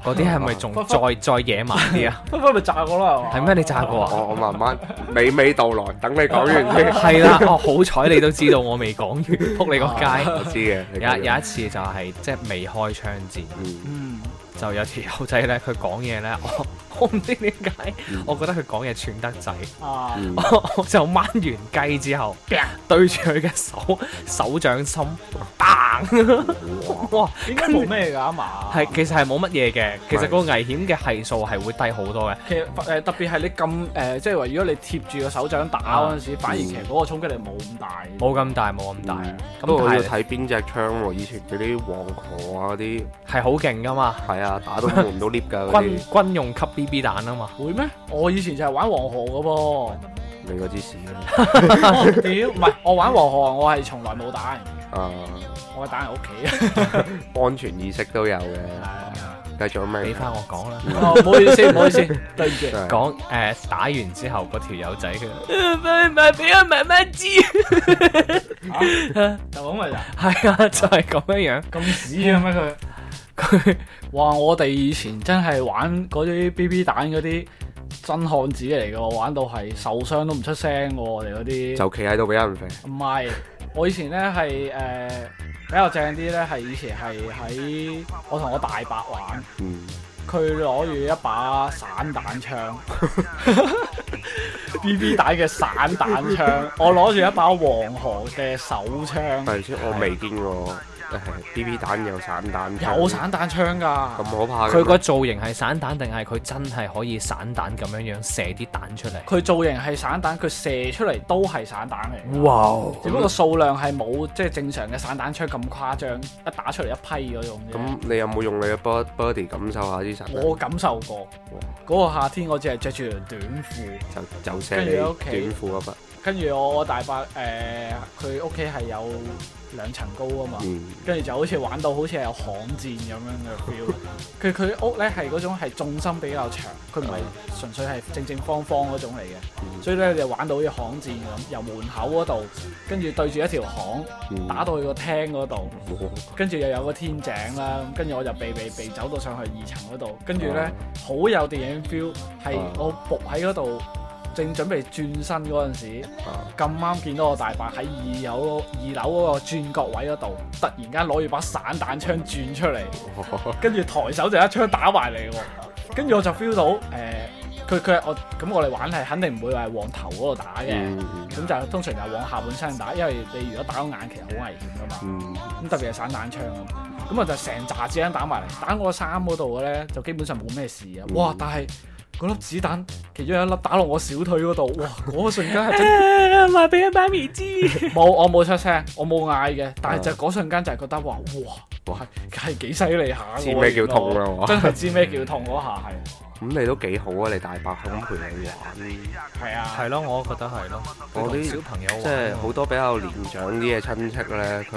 Speaker 2: 嗰啲係咪仲再再野蠻啲 啊？
Speaker 3: 分分咪炸過啦，係嘛
Speaker 2: 係咩？你炸過啊？
Speaker 1: 我我慢 慢娓娓道來，等你講完先。
Speaker 2: 係啦，哦，好彩你都知道我未 講完，撲你
Speaker 1: 我
Speaker 2: 個街。
Speaker 1: 知嘅，你
Speaker 2: 有
Speaker 1: 講
Speaker 2: 有
Speaker 1: 完
Speaker 2: 一次就係、即係未開槍戰，
Speaker 1: 嗯
Speaker 3: 嗯，
Speaker 2: 就有條友仔咧，佢講嘢咧，我 我唔知點解，我覺得佢講嘢串得滯，
Speaker 3: 啊，
Speaker 1: 嗯
Speaker 2: 我就掹完雞之後，對住佢嘅手手掌心，bang！哇！
Speaker 3: 應該冇咩㗎嘛。
Speaker 2: 係其實係冇乜嘢嘅，其實個危險嘅係數係會低好多嘅。
Speaker 3: 其實誒特別係你咁誒，即係話如果你貼住個手掌打嗰陣時，反而其實嗰個衝擊力冇咁大。
Speaker 2: 嗯冇咁大，冇咁大。咁
Speaker 1: 嗯不過要
Speaker 2: 但係
Speaker 1: 睇邊只槍喎，以前嗰啲黃河啊嗰啲，
Speaker 2: 係好勁噶嘛，
Speaker 1: 係啊，打 都換唔到 lift 㗎嗰
Speaker 2: 軍
Speaker 1: 啲，
Speaker 2: 軍用級 BB 彈啊嘛。
Speaker 3: 會咩？我以前就係玩黃河嘅噃。
Speaker 1: 你嗰支屎啊啦，
Speaker 3: 哦屌，唔係我玩黃河，我係從來冇打人，
Speaker 1: 啊，
Speaker 3: 我係打人屋 企。啊
Speaker 1: 安全意識都有嘅，繼續咩？
Speaker 2: 俾翻我講啦，
Speaker 3: 哦，唔好意 思，唔好意思，對唔住。
Speaker 1: 真係
Speaker 2: 講誒、呃打完之後嗰條友仔佢，咪咪俾阿媽媽知，
Speaker 3: 就咁咪咋？
Speaker 2: 係啊，就係咁樣樣。
Speaker 3: 咁屎嘅咩佢？
Speaker 2: 佢
Speaker 3: 哇！我哋以前真係玩嗰啲 BB 彈嗰啲真漢子嚟嘅喎，玩到係受傷都唔出聲喎，我哋嗰啲。
Speaker 1: 就企喺度俾人肥，
Speaker 3: 唔係，我以前咧係誒比較正啲咧，係以前係喺我同我大伯玩，
Speaker 1: 嗯，
Speaker 3: 佢攞住一把散 彈槍 ，BB 帶嘅散彈槍，我攞住一把黃河嘅手槍，
Speaker 1: 但係先我未見過誒 B B 彈有散彈槍，
Speaker 3: 有散彈
Speaker 1: 咁
Speaker 3: 槍㗎。
Speaker 1: 可怕嘅咩，
Speaker 2: 佢個造型係散彈定係佢真係可以散彈咁樣樣射啲彈出嚟？
Speaker 3: 佢造型係散彈，佢射出嚟都係散彈
Speaker 1: 嗯
Speaker 3: 嚟，
Speaker 2: 哇！哦
Speaker 3: 只不過數量係冇即係正常嘅散彈槍咁誇張，一打出嚟一批嗰種啫。
Speaker 1: 咁你有冇用你嘅 body body 感受下啲散彈？
Speaker 3: 我感受過
Speaker 1: 嗯
Speaker 3: 嗰個夏天，我只係着住條短褲，
Speaker 1: 就就射你
Speaker 3: 跟住喺屋企
Speaker 1: 短褲嗰忽，
Speaker 3: 跟住我大伯誒，佢屋企係有兩層高啊嘛，
Speaker 1: 嗯，
Speaker 3: 跟住就好似玩到好似係有巷戰咁樣嘅 feel。佢佢屋咧係嗰種係重心比較長，佢唔係純粹係正正方方嗰種嚟嘅，
Speaker 1: 嗯
Speaker 3: 所以咧就玩到好似巷戰咁，由門口嗰度跟住對住一條巷
Speaker 1: 嗯
Speaker 3: 打到去個廳嗰度。
Speaker 1: 哇
Speaker 3: 跟住又有個天井啦，咁跟住我就避避避走到上去二層嗰度，跟住呢，好有電影 feel，係
Speaker 1: 哦
Speaker 3: 我仆喺嗰度，正準備轉身嗰陣時，
Speaker 1: 啊
Speaker 3: 咁啱見到我大伯喺二樓二樓嗰個轉角位嗰度，突然間攞住把散彈槍轉出嚟，
Speaker 1: 哦
Speaker 3: 跟住抬手就一槍打埋嚟喎，跟住我就 feel 到誒，佢佢係我咁我哋玩係肯定唔會話係往頭嗰度打嘅，
Speaker 1: 嗯嗯
Speaker 3: 咁就通常就往下半身打，因為你如果打到眼其實好危險噶嘛。
Speaker 1: 嗯，
Speaker 3: 咁特別係散彈槍啊咁，咁我就成扎子彈打埋嚟，打我衫嗰度嘅咧就基本上冇咩事啊！
Speaker 1: 嗯
Speaker 3: 哇！但係嗰粒子彈其中有一粒打落我小腿嗰度，哇！嗰、個瞬間係真
Speaker 2: 話俾阿媽咪知，
Speaker 3: 冇，我冇出聲，我冇嗌嘅，但係就嗰瞬間就係覺得話哇，
Speaker 1: 哇
Speaker 3: 係係幾犀利下喎
Speaker 1: 知咩叫痛啦
Speaker 3: 原來
Speaker 1: 喎
Speaker 3: 真係知咩叫痛嗰下係
Speaker 1: 咁你都幾好啊！你大伯肯陪你玩。
Speaker 3: 係啊，
Speaker 2: 係咯，我覺得係咯。
Speaker 1: 我
Speaker 2: 同
Speaker 1: 啲
Speaker 2: 小朋友玩
Speaker 1: 即係好多比較年長啲嘅親戚呢，佢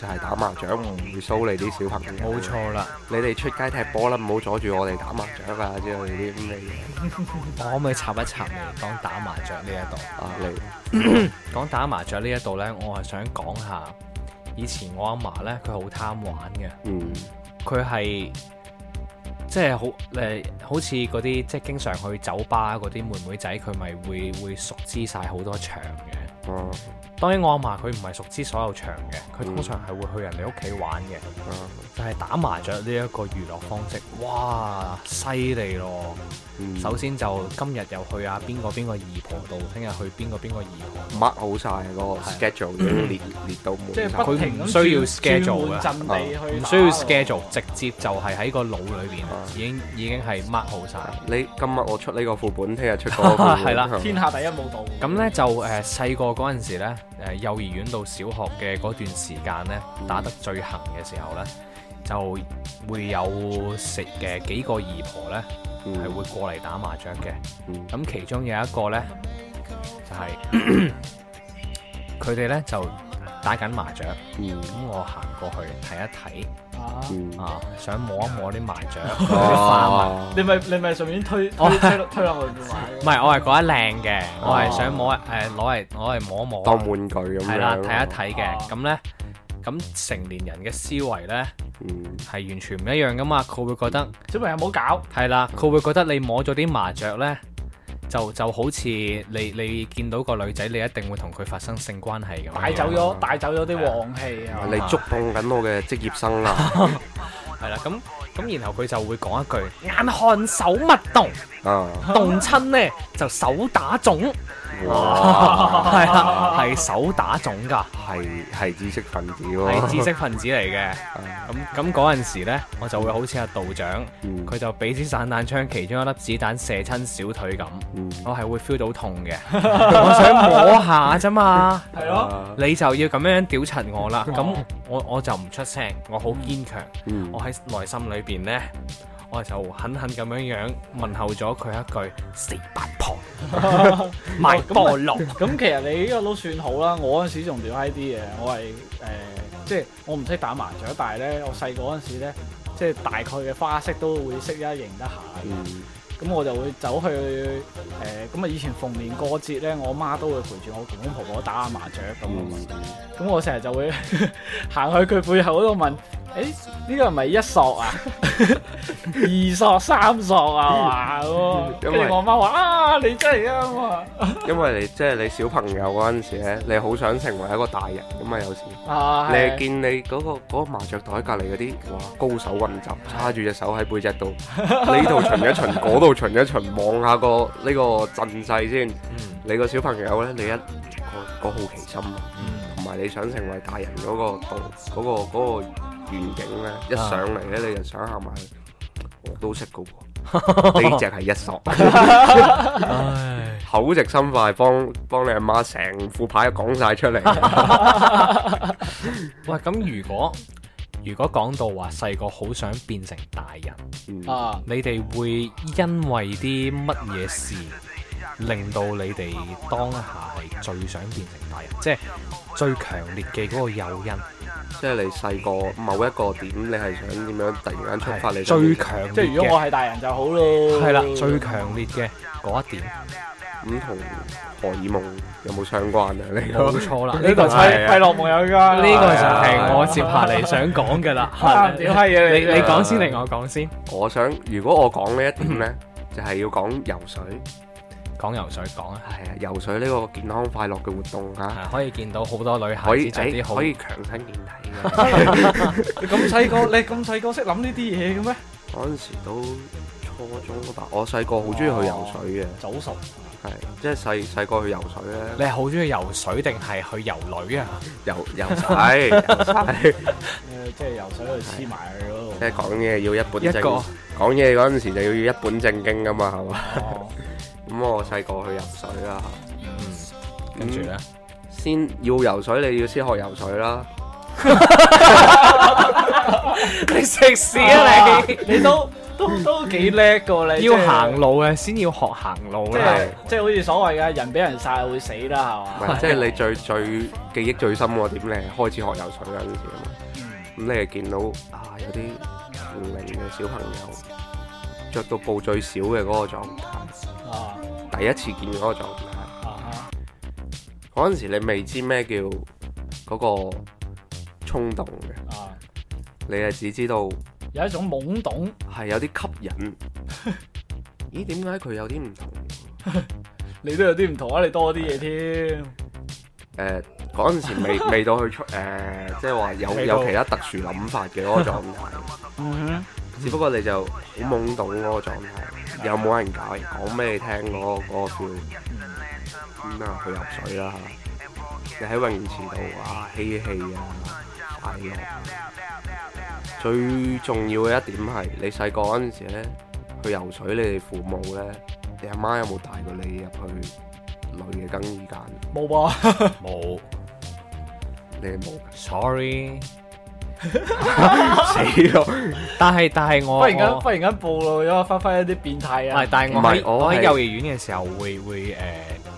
Speaker 1: 就係打麻雀唔會騷你啲小朋友。
Speaker 2: 冇，錯啦。
Speaker 1: 你哋出街踢波啦，唔好阻住我哋打麻雀啊之類啲咁嘅嘢
Speaker 2: 我可唔可以插一插嚟講打麻雀呢一度？
Speaker 1: 啊你
Speaker 2: 講打麻雀呢一度呢，我係想講下以前我阿嫲呢，佢好貪玩嘅，
Speaker 1: 嗯
Speaker 2: 佢係即係好誒，好似嗰啲即係經常去酒吧嗰啲妹妹仔，佢咪會會熟知晒好多場嘅。
Speaker 1: 哦
Speaker 2: 當然我阿嫲佢唔係熟知所有場嘅，佢通常係會去人哋屋企玩嘅，
Speaker 1: 啊
Speaker 2: 就係打麻雀呢一個娛樂方式。哇，犀利咯！
Speaker 1: 嗯
Speaker 2: 首先就今日又去啊邊個邊個姨婆度，聽日去邊個邊個姨婆度。
Speaker 1: mark 好晒嗰個 schedule 已經列列到滿
Speaker 3: 即
Speaker 1: 晒
Speaker 3: 係不停咁
Speaker 2: 佢唔需要
Speaker 3: 轉
Speaker 2: schedule 㗎
Speaker 3: 轉換陣地去
Speaker 2: 唔
Speaker 3: 打
Speaker 2: 需要
Speaker 3: 咯
Speaker 2: schedule，直接就係喺個腦裏邊
Speaker 1: 啊
Speaker 2: 已經已經係 mark 好晒。
Speaker 1: 你今日我出呢個副本，聽日出嗰個 副本
Speaker 2: 係啦
Speaker 3: 天下第一武道。
Speaker 2: 咁呢就誒細個嗰陣時呢，誒、幼兒園到小學嘅嗰段時間呢，打得最行嘅時候呢，就會有食嘅幾個姨婆呢，係
Speaker 1: 嗯
Speaker 2: 會過嚟打麻雀嘅。
Speaker 1: 嗯
Speaker 2: 咁其中有一個呢，就係 佢哋呢就打緊麻雀，
Speaker 1: 嗯
Speaker 2: 咁我行過去睇一
Speaker 3: 啊
Speaker 1: 嗯
Speaker 2: 睇啊，想摸一摸啲麻雀啲花紋。
Speaker 1: 哦
Speaker 3: 你咪你咪順便推
Speaker 2: 我
Speaker 3: 推推推落去
Speaker 2: 唔。
Speaker 3: 買
Speaker 2: 係，我係覺得靚嘅，
Speaker 1: 哦
Speaker 2: 我係想摸誒攞嚟攞嚟摸一啊摸，
Speaker 1: 當玩具咁樣
Speaker 2: 係啦睇一睇
Speaker 3: 哦
Speaker 2: 嘅。咁咧，咁成年人嘅思維咧
Speaker 1: 嗯
Speaker 2: 係完全唔一樣噶嘛，佢會覺得
Speaker 3: 小朋友唔好搞。
Speaker 2: 係啦，佢會覺得你摸咗啲麻雀咧，就就好似你你見到個女仔，你一定會同佢發生性關係咁樣。
Speaker 3: 帶走咗帶走咗啲旺氣啊！
Speaker 1: 你觸碰緊我嘅職業生涯
Speaker 2: 係啦，咁咁然後佢就會講一句眼看手勿 動，
Speaker 1: 啊，
Speaker 2: 動親呢就手打 腫，
Speaker 1: 哇，
Speaker 2: 係啦，係手打腫㗎，
Speaker 1: 係係知識分子
Speaker 2: 係
Speaker 1: 喎，
Speaker 2: 知識分子嚟
Speaker 1: 啊
Speaker 2: 嘅。咁咁嗰陣時呢，我就會好似阿道長，
Speaker 1: 嗯
Speaker 2: 佢就俾支散彈槍其中一粒子彈射親小腿咁，
Speaker 1: 嗯
Speaker 2: 我係會 feel 到痛嘅， 我想摸下啫嘛。
Speaker 3: 係咯，
Speaker 1: 啊
Speaker 2: 你就要咁樣屌柒我啦，咁我我就唔出聲，我好堅強，
Speaker 1: 嗯
Speaker 2: 我喺內心裏邊呢，我就狠狠咁樣樣問候咗佢一句死八婆，賣
Speaker 1: 哦啊
Speaker 2: 菠蘿，
Speaker 3: 咁其實你呢個都算好啦。我嗰陣時仲屌閪啲嘅，我係誒、即係我唔識打麻雀，但係咧我細個嗰陣時咧，即係大概嘅花式都會識一認得下嘅。
Speaker 1: 嗯
Speaker 3: 咁我就會走去誒，咁、啊以前逢年過節咧，我媽都會陪住我公公婆婆打下麻雀咁啊嘛。
Speaker 1: 嗯
Speaker 3: 咁我成日就會 行去佢背後嗰度問：，誒、呢個係咪一索啊？ 二索、三索啊？話喎
Speaker 1: 因
Speaker 3: 跟
Speaker 1: 為
Speaker 3: 住我媽話：啊，你真係啱啊！
Speaker 1: 因為你即係你小朋友嗰陣時咧，你好想成為一個大人咁嘛，有時。
Speaker 3: 啊，
Speaker 1: 你
Speaker 3: 係
Speaker 1: 係見你嗰、個嗰個麻雀台隔離嗰啲，哇高手雲集，叉住隻手喺背脊度，呢度巡一巡，嗰度巡一巡，望下個呢個陣勢先。
Speaker 2: 嗯
Speaker 1: 你個小朋友呢，你一個個好奇心，啊同埋你想成為大人嗰個度嗰、個嗰、個願景呢，一上嚟呢，你就想行埋去，我都識嘅喎。呢只係一索，
Speaker 2: 嗯唉，
Speaker 1: 口直心快，幫幫你阿媽成副牌講晒 出嚟。
Speaker 2: 喂，咁如果如果講到話細個好想變成大人，
Speaker 1: 嗯
Speaker 3: 啊，
Speaker 2: 你哋會因為啲乜嘢事令到你哋當下係最想變成大人，即係最強烈嘅嗰個誘因？
Speaker 1: 即係你細個某一個點，你係想點樣突然間觸發你
Speaker 2: 最強
Speaker 3: 即
Speaker 2: 烈
Speaker 3: 係如果我
Speaker 2: 嘅，
Speaker 3: 係大人就好咯。
Speaker 2: 係啦，最強烈嘅嗰一 點，
Speaker 1: 咁同荷爾蒙有冇相關啊？呢個
Speaker 2: 冇錯啦，呢個
Speaker 3: 呢個
Speaker 2: 就
Speaker 3: 就
Speaker 2: 係
Speaker 3: 係快樂夢有㗎。
Speaker 2: 呢個就係啊我接下嚟想講嘅啦。
Speaker 3: 啊屌閪嘢
Speaker 2: 你
Speaker 3: 嚟
Speaker 2: 你
Speaker 3: 㗎
Speaker 2: 講先定我講先？
Speaker 1: 我想如果我講呢一點呢，就係要講游水，
Speaker 2: 講游水講啊，
Speaker 1: 係啊，游水呢個健康快樂嘅活動啊，
Speaker 2: 啊可以見到好多女
Speaker 1: 可
Speaker 2: 孩
Speaker 1: 以
Speaker 2: 子着啲
Speaker 1: 誒
Speaker 2: 好
Speaker 1: 可以強身健體 嘅。
Speaker 3: 你咁細個，你咁細個識諗呢啲嘢嘅咩？
Speaker 1: 嗰陣時都初中吧，我細個好中意去游水嘅，
Speaker 3: 早熟，
Speaker 1: 係即係細細個去游水
Speaker 2: 你
Speaker 1: 咧，
Speaker 2: 係好中意游水定係去游女 啊？
Speaker 1: 游游水，游水。
Speaker 3: 誒即係游水去黐埋佢嗰度
Speaker 1: 即。係講嘢要一本
Speaker 2: 一
Speaker 1: 正，
Speaker 2: 個
Speaker 1: 講嘢嗰陣時就要一本正經噶嘛，係嘛？
Speaker 3: 哦
Speaker 1: 咁我細個去游水啦，
Speaker 2: 嗯，跟住咧，
Speaker 1: 先要游水，你要先學游水啦。
Speaker 2: 你食屎
Speaker 3: 啊
Speaker 2: 啊
Speaker 3: 你你都都都幾叻噶
Speaker 2: 你！
Speaker 3: 你，
Speaker 2: 要行路啊嘅先要學行路
Speaker 3: 即
Speaker 2: 啦。
Speaker 3: 係即係好似所謂嘅人俾人殺會死啦，
Speaker 1: 唔
Speaker 3: 係嘛？
Speaker 1: 係即係你最最記憶最深嗰點，你係開始學游水嗰陣時啊嘛。
Speaker 2: 嗯
Speaker 1: 咁你係見到啊有啲同齡嘅小朋友着到布最少嘅嗰個狀態，
Speaker 3: 啊
Speaker 1: 第一次見嗰個狀態，
Speaker 3: 啊
Speaker 1: 嗰陣時你未知咩叫嗰個衝動嘅，
Speaker 3: 啊！
Speaker 1: 你係只知道。
Speaker 3: 有一種懵懂，
Speaker 1: 係有啲吸 引。咦？點解佢有啲唔同？
Speaker 3: 你都有啲唔同啊！你多啲嘢添，
Speaker 1: 誒嗰陣時 未未到去出誒、即係話有
Speaker 3: 未到
Speaker 1: 有其他特殊諗法嘅嗰個狀態，
Speaker 3: 嗯
Speaker 1: 只不過你就好懵懂嗰個狀態，有冇人教講俾你聽嗰、個嗰、個 feel？咁啊，去游水啦你喺泳池度啊，嬉戲啊，快樂啊。最重要嘅一點係，你細個嗰陣時咧，去游水，你哋父母咧，你阿媽有冇帶過你入去女嘅更衣間？
Speaker 3: 冇
Speaker 2: 哦
Speaker 3: 噃，
Speaker 2: 冇
Speaker 1: 你係冇
Speaker 2: ，sorry。
Speaker 1: 㗎，死咯！
Speaker 2: 但係但係我
Speaker 3: 忽然間
Speaker 2: 我
Speaker 3: 忽然間暴露咗發揮一啲變態
Speaker 2: 唔
Speaker 3: 啊
Speaker 2: 係，！但係我
Speaker 1: 唔係
Speaker 2: 喺
Speaker 1: 我
Speaker 2: 我喺
Speaker 1: 係
Speaker 2: 幼兒園嘅時候會會誒、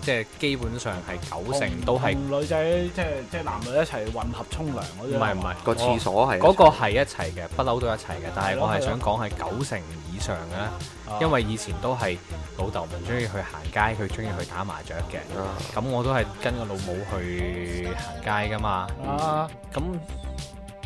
Speaker 2: 即係基本上係九成都係
Speaker 3: 同女仔即係即係男女一齊混合沖涼嗰
Speaker 2: 唔
Speaker 3: 啲啊，
Speaker 2: 係唔係
Speaker 1: 個廁所係
Speaker 2: 我嗰個係一齊嘅，不嬲都一齊嘅。但
Speaker 3: 係
Speaker 2: 係
Speaker 3: 咯
Speaker 2: 我係
Speaker 3: 係咯
Speaker 2: 想講係九成以上嘅，
Speaker 3: Ờ.
Speaker 2: 因為以前都係老豆唔中意去行街，佢中意去打麻雀嘅。
Speaker 1: 啊
Speaker 2: 咁我都係跟個老母去行街噶嘛。
Speaker 3: 啊
Speaker 2: 咁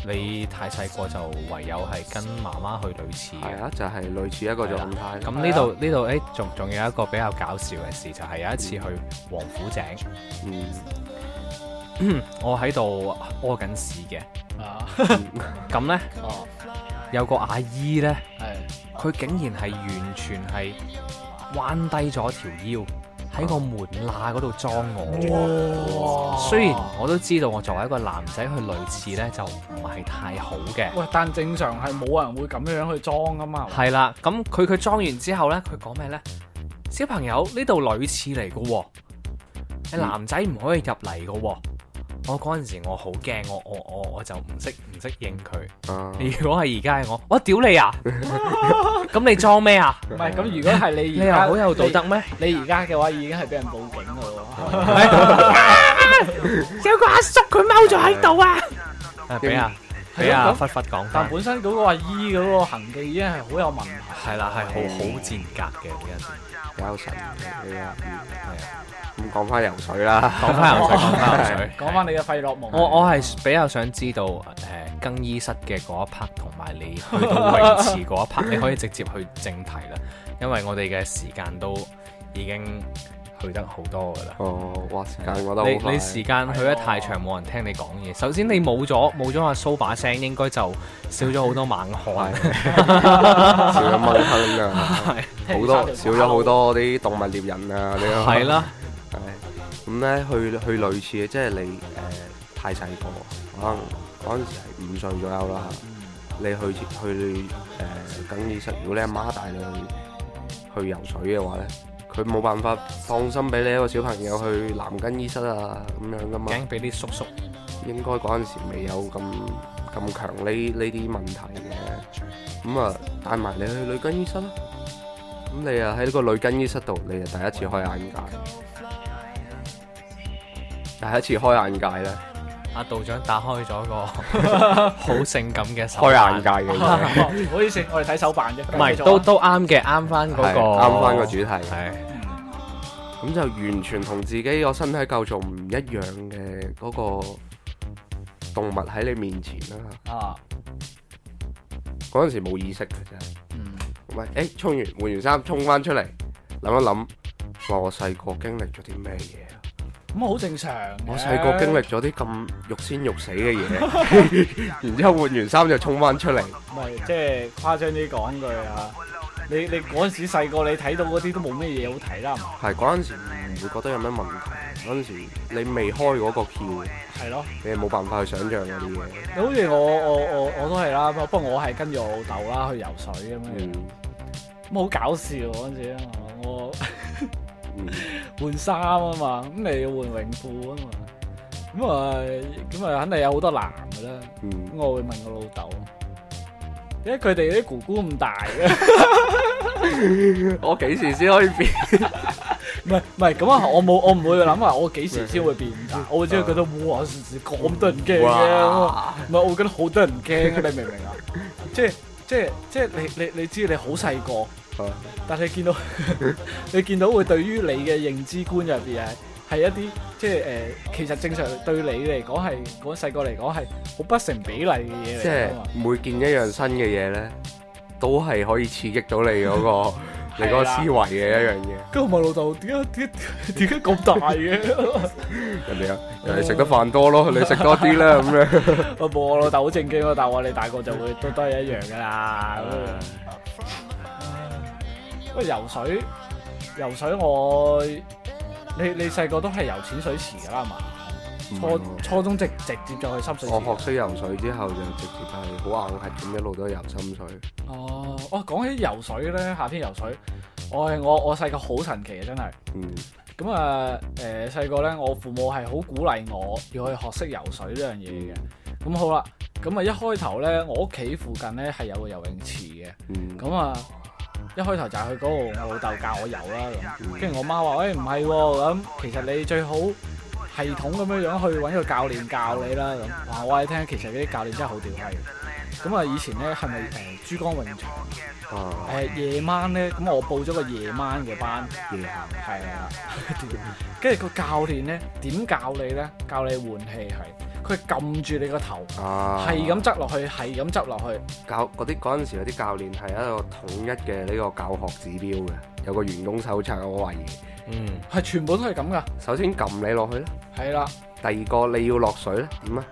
Speaker 2: 你太細個就唯有係跟媽媽去類似嘅
Speaker 1: 係。啊，啊就係、類似一個狀態。
Speaker 2: 咁呢度呢度誒，仲仲有一個比較搞笑嘅事，就係、有一次去王府井，
Speaker 1: 嗯，
Speaker 2: 我喺度屙緊屎嘅。
Speaker 3: 啊
Speaker 2: 咁呢，
Speaker 3: 哦
Speaker 2: 有個阿姨呢，
Speaker 3: 係
Speaker 2: 佢竟然係完全係彎低咗條腰喺個門罅嗰度裝我喎。雖哦然我都知道我作為一個男仔去類似呢就唔係太好嘅。
Speaker 3: 喂，但正常係冇人會咁樣去裝噶嘛，
Speaker 2: 係啦，咁佢佢裝完之後呢，佢講咩呢？小朋友呢度女廁嚟嘅喎，你男仔唔可以入嚟嘅喎。我嗰陣時我好驚，我我我我就唔識唔識應佢。
Speaker 1: 啊
Speaker 2: 如果係而家係我，我屌你 啊！咁你裝咩啊？
Speaker 3: 唔係咁如果係你
Speaker 2: 你
Speaker 3: 而
Speaker 2: 又
Speaker 3: 家
Speaker 2: 好有道德咩？
Speaker 3: 你，你而家嘅話已經係俾人報警噶咯，
Speaker 2: 有個阿叔佢踎咗喺度啊！俾啊俾啊，
Speaker 3: 咁
Speaker 2: 忽忽講
Speaker 3: 但
Speaker 2: 翻，
Speaker 3: 本身嗰個阿姨嗰個行徑已經係好有問題。
Speaker 2: 係啦，係好好賤格嘅呢陣時。
Speaker 1: 有神奇啊！
Speaker 2: 係啊
Speaker 1: 咁講翻游水啦，
Speaker 2: 講翻游水，講翻游水，
Speaker 3: 講翻你嘅費洛蒙，
Speaker 2: 我 我係比較想知道誒、呃更衣室嘅嗰一 part 同埋你去到維持嗰一 part，你可以直接去正題啦，因為我哋嘅時間都已經去得好多噶啦。
Speaker 1: 哦，哇，時間過得好
Speaker 2: 啊你
Speaker 1: 快
Speaker 2: 你，時間去得太長，冇人聽你講嘢。首先你冇咗冇咗阿蘇把聲，應該就少咗好多猛汗。
Speaker 1: 少咗掹坑啊，好 多少咗好多啲動物獵人啊，你都
Speaker 2: 係 啦，
Speaker 1: 係咁咧，去去類似嘅，即係你誒、呃太細個，可能嗰陣時係五歲左右啦。
Speaker 2: 嗯
Speaker 1: 你去去誒、呃、更衣室，如果你阿媽帶你去去游水嘅話咧，佢冇辦法放心俾你一個小朋友去男更衣室啊咁樣噶嘛。
Speaker 2: 驚俾啲叔叔
Speaker 1: 應該嗰陣時未有咁咁強呢呢啲問題嘅。咁啊，帶埋你去女更衣室啦。咁你啊喺呢個女更衣室度，你就啊第一次開眼界。第一次開眼界咧，
Speaker 2: 阿道長打開咗 個好性感嘅手
Speaker 1: 開眼
Speaker 2: 眼
Speaker 1: 界嘅嘢，
Speaker 3: Ờ, 好似我哋睇手辦啫，
Speaker 2: 唔係都都啱嘅，啱翻嗰
Speaker 1: 係
Speaker 2: 個
Speaker 1: 啱翻個主題。
Speaker 2: 係
Speaker 1: 咁就完全同自己個身體構造唔一樣嘅嗰個動物喺你面前啦。
Speaker 3: 啊，
Speaker 1: 嗰陣時冇意識嘅啫。
Speaker 3: 嗯，
Speaker 1: 喂，誒、沖完換完衫，沖翻出嚟，諗一諗，話我細個經歷咗啲咩嘢啊？
Speaker 3: 咁好正常。
Speaker 1: 我細個經歷，咗啲咁欲仙欲死嘅嘢， 然之後換完衫就沖翻出嚟，
Speaker 3: 唔係即係誇張啲講句啊，你你嗰陣時細個你睇到嗰啲都冇咩嘢好睇啦，係嘛
Speaker 1: 係嗰陣時唔會覺得有咩問題，嗰陣時你未開嗰個竅，
Speaker 3: 係咯。
Speaker 1: 你係冇辦法去想像嗰啲嘢。
Speaker 3: 你好似我我我我都係啦，不過我係跟住我老豆啦去游水咁樣，
Speaker 1: 嗯
Speaker 3: 咁好搞笑嗰陣時啊嘛，我。
Speaker 1: 嗯，
Speaker 3: 換衫啊嘛，咁你要換泳褲啊嘛，咁啊咁啊肯定有好多男嘅啦，咁
Speaker 1: 嗯
Speaker 3: 我會問我老豆，點解佢哋啲姑姑咁大嘅？
Speaker 1: 我幾時先可以 變？
Speaker 3: 唔係唔係 咁啊，我冇我唔會諗話我幾時先會變大，我會只係覺得哇咁多人驚嘅，唔係我覺得好多人驚啊，你明唔 明啊？即係即係即係你你你知你好細個。
Speaker 1: 啊
Speaker 3: 但係見到 你見到會對於你嘅認知觀入邊係係一啲即係誒、呃其實正常對你嚟講係嗰細個嚟講係好不成比例嘅嘢嚟
Speaker 1: 即係
Speaker 3: 㗎嘛。
Speaker 1: 每見一樣新嘅嘢咧，都係可以刺激到你嗰、 個你嗰個思維嘅一樣嘢。
Speaker 3: 跟住我問老豆點解點解點解咁大嘅？
Speaker 1: 人哋啊，人哋食得飯多 咯，你食多啲啦咁樣。
Speaker 3: 我冇我老豆好正經，我但我你大個就會都都係一樣㗎啦。喂，游水游水我你你細個都係游淺水池㗎啦嘛？初
Speaker 1: 嗯
Speaker 3: 初中直直接就去深水池㗎啦。
Speaker 1: 我學識游水之後就直接係好硬核咁一路都游深水。
Speaker 3: 哦，哦，講起游水咧，夏天游水，我係我我細個好神奇嘅，啊真係。
Speaker 1: 嗯
Speaker 3: 咁啊，誒細個咧，我父母係好鼓勵我要去學識游水呢樣嘢嘅。咁好啦，咁啊一開頭咧，我屋企附近咧係有個游泳池嘅。
Speaker 1: 嗯，
Speaker 3: 咁啊，一開頭就係去嗰度，我老豆教我游啦。咁跟住我媽話：，誒唔係喎，咁其實你最好系統咁樣樣去揾個教練教你啦。咁話我話你聽，其實嗰啲教練真係好屌閪嘅。咁啊，以前咧係咪誒珠江泳場？誒、
Speaker 1: 啊，
Speaker 3: 夜晚咧，咁我報咗個夜晚嘅班，
Speaker 1: 夜行
Speaker 3: 係啊， 跟住個教練咧點教你咧？教你換氣係，佢撳住你個頭，
Speaker 1: 啊，
Speaker 3: 係咁執落去，係咁執落去，
Speaker 1: 教嗰啲嗰陣時嗰啲教練係一個統一嘅呢個教學指標嘅，有個員工手冊，我懷疑。
Speaker 2: 嗯
Speaker 3: 係全部都係咁噶，
Speaker 1: 首先撳你落去啦，
Speaker 3: 係啦，
Speaker 1: 第二個你要落水咧，點啊？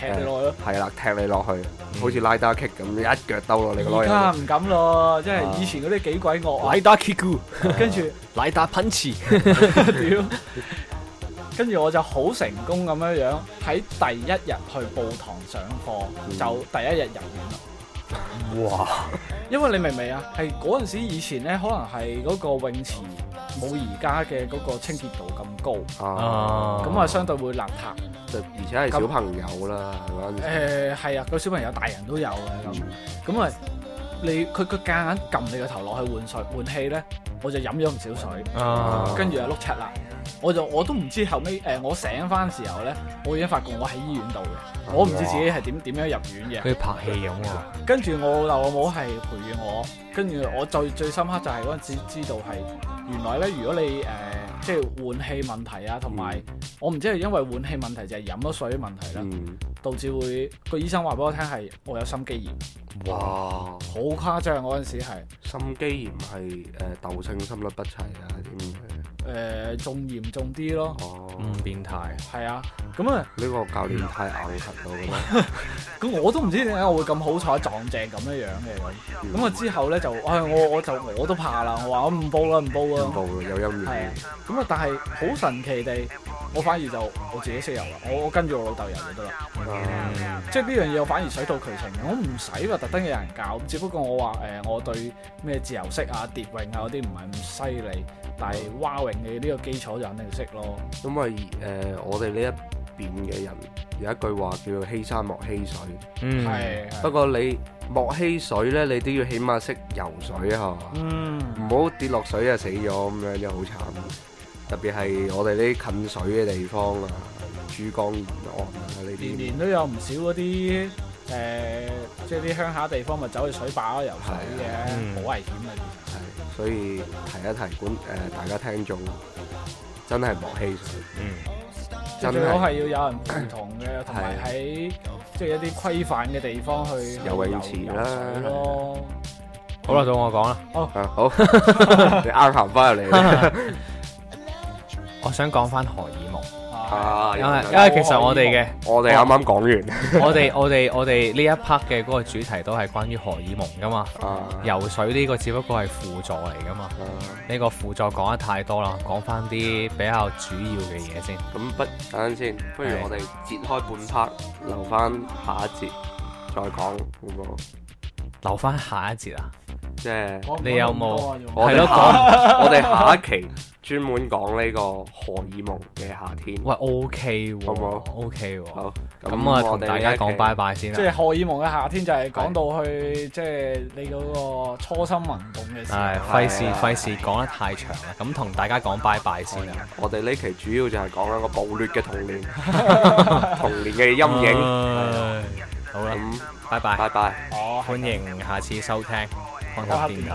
Speaker 3: 踢你落去咯。
Speaker 1: 係啦，踢你落去，好似拉打 kick 咁，一腳兜落你個
Speaker 3: 而
Speaker 1: 籮
Speaker 3: 家
Speaker 1: 柚度。
Speaker 3: 唔敢咯，即
Speaker 1: 啊
Speaker 3: 係以前嗰啲幾鬼惡啊！
Speaker 2: 打 kick，
Speaker 3: 跟住
Speaker 2: 奶打 punch，
Speaker 3: 屌，跟住我就好成功咁樣樣喺第一日去報堂上課，
Speaker 1: 嗯
Speaker 3: 就第一日入院啦。
Speaker 2: 哇！
Speaker 3: 因為你明唔明啊？係嗰陣時以前咧，可能係嗰個泳池冇而家嘅嗰個清潔度咁高，
Speaker 1: 啊，
Speaker 3: 咁啊相對會邋遢。
Speaker 1: 就而且係小朋友啦，嗰陣時
Speaker 3: 誒係啊，個小朋友大人都有嘅
Speaker 1: 嗯
Speaker 3: 咁，咁啊你佢佢夾硬撳你個頭落去換水換氣咧，我就飲咗唔少水。
Speaker 2: 啊，
Speaker 3: 跟住就碌柒啦。我就我都唔知後尾誒、呃我醒翻時候咧，我已經發覺我喺醫院度嘅，我唔知自己係點點樣入院
Speaker 2: 佢拍戲咁喎，
Speaker 3: 嘅。跟住我老豆老母係陪住我，跟住我最最深刻就係嗰陣時知道係原來咧，如果你誒、呃即係換氣問題啊，同埋我唔知係因為換氣問題就係飲咗水問題啦，
Speaker 1: 嗯，
Speaker 3: 導致會個醫生話俾我聽係我有心肌炎，
Speaker 1: 哇，
Speaker 3: 好誇張啊嗰陣時係。
Speaker 1: 心肌炎係誒竇性心律不齊啊，點嘅？
Speaker 3: 誒、呃仲嚴重啲咯，
Speaker 1: 哦，
Speaker 2: 咁變態，
Speaker 3: 係啊，咁啊，
Speaker 1: 呢個教練太硬核到啦，
Speaker 3: 咁我都唔知點解我會咁好彩撞正咁樣樣嘅咁。咁啊之後咧就，唉、我我就我都怕啦，我話我唔報啦唔報
Speaker 1: 恐
Speaker 3: 啦，
Speaker 1: 怖啦，有陰
Speaker 3: 係啊
Speaker 1: 影。。
Speaker 3: 咁啊，但係好神奇地，我反而就我自己識游啦，我我跟住我老豆游就得啦。
Speaker 2: 嗯
Speaker 1: 啊
Speaker 3: 即係呢樣嘢我反而水到渠成嘅，我唔使話特登有人教，只不過我話誒、我對咩自由式啊、蝶泳啊嗰啲唔係咁犀利，但係蛙泳嘅呢個基礎就肯定識咯。
Speaker 1: 因為誒、呃我哋呢一邊嘅人有一句話叫做欺山莫欺水。
Speaker 2: 嗯，
Speaker 3: 係、
Speaker 1: 不過你莫欺水呢，你都要起碼識游水啊，係嘛
Speaker 3: 嗯，
Speaker 1: 唔好跌落水啊死咗咁樣，真係好慘。特別係我哋呢啲近水嘅地方啊，珠江沿岸啊呢
Speaker 3: 年
Speaker 1: 啲，
Speaker 3: 年都有唔少嗰啲誒，即係啲鄉下地方咪走去水壩游水嘅，
Speaker 1: 啊
Speaker 2: 嗯
Speaker 3: 好危險啊嘅。
Speaker 1: 係所以提一提管誒、呃大家聽眾，真係莫欺水，
Speaker 2: 嗯，
Speaker 1: 真
Speaker 3: 最好
Speaker 1: 係啊
Speaker 3: 係要有人陪同嘅，同埋喺即係一啲規範嘅地方去
Speaker 1: 游泳池啦
Speaker 3: 游水咯。
Speaker 2: 好啦，到我講啦，
Speaker 1: 啊 好， 你啱行翻入嚟
Speaker 2: 我想講翻荷爾蒙，
Speaker 3: 啊，
Speaker 1: 啊，
Speaker 2: 因
Speaker 1: 又
Speaker 2: 為
Speaker 1: 嚟
Speaker 2: 因
Speaker 1: 啦
Speaker 2: 為其實我哋嘅。
Speaker 1: 我哋啱啱講完
Speaker 2: 我哋我哋我哋呢一 part 嘅嗰個主題都係關於荷爾蒙噶嘛，
Speaker 1: 啊
Speaker 2: 游水呢個只不過係輔助嚟噶嘛，
Speaker 1: 啊
Speaker 2: 呢個輔助講得太多啦，講翻啲比較主要嘅嘢先。
Speaker 1: 咁不等陣先，不如
Speaker 2: 係
Speaker 1: 我哋截開半 part，留翻下一節再講好唔好？
Speaker 2: 留翻下一節啊，
Speaker 1: 即係
Speaker 3: 講唔講
Speaker 2: 你有冇
Speaker 3: 咁多啊？用
Speaker 1: 我
Speaker 2: 係
Speaker 1: 哋
Speaker 2: 咯
Speaker 1: 下我哋下一期專門講呢個荷爾蒙嘅夏天。
Speaker 2: 喂 OK 喎
Speaker 1: 好唔好
Speaker 2: ，OK 喎，
Speaker 1: 好，
Speaker 2: 咁啊
Speaker 1: 我
Speaker 2: 同
Speaker 1: 哋
Speaker 2: 大
Speaker 1: 呢
Speaker 2: 家
Speaker 1: 一期
Speaker 2: 講拜拜先
Speaker 3: 即
Speaker 2: 啦
Speaker 3: 係，荷爾蒙嘅夏天，就係講到去即係你嗰個初心運動嘅時
Speaker 2: 唉，
Speaker 1: 啊
Speaker 3: 候。
Speaker 2: 費事費事講得太長啦，咁同大家講拜拜先啦，
Speaker 1: 我哋呢期主要就係講一個暴劣嘅童 年，童年嘅啊陰影。
Speaker 2: 唉好啦，
Speaker 1: 咁
Speaker 2: 拜拜，
Speaker 1: 拜拜，
Speaker 3: 哦，係
Speaker 2: 歡迎下次收聽《康
Speaker 3: 我
Speaker 2: 塔
Speaker 3: 黑
Speaker 2: 電
Speaker 3: 電台
Speaker 2: 台》。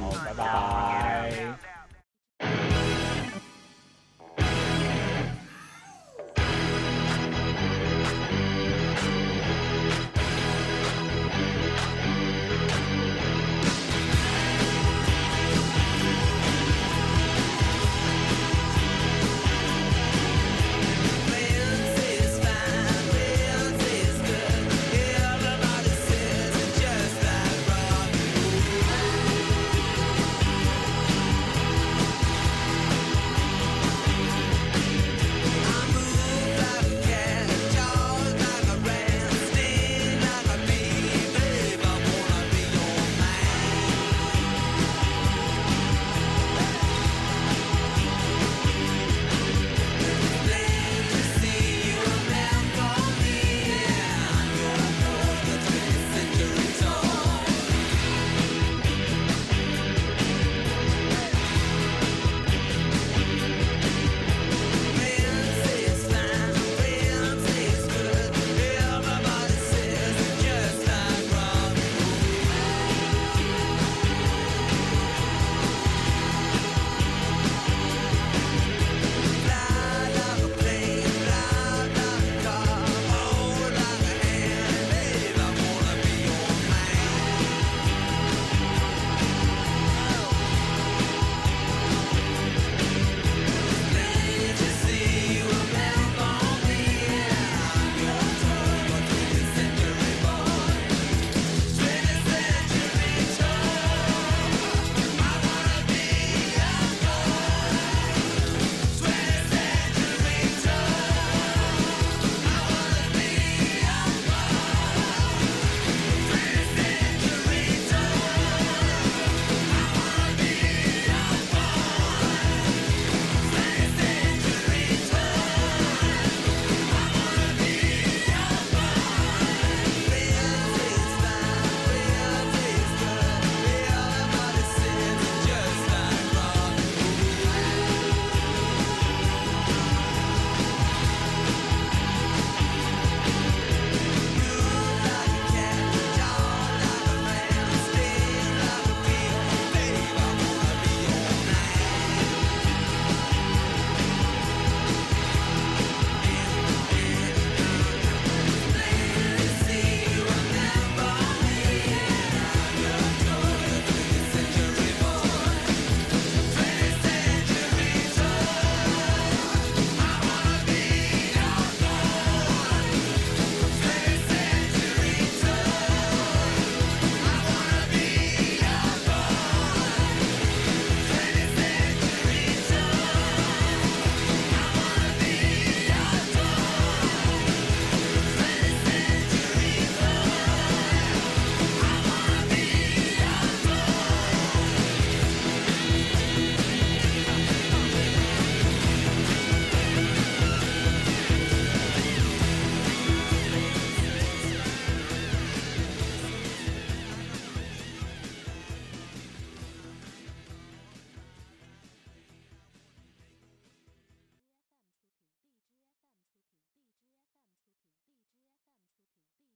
Speaker 3: 好，拜拜。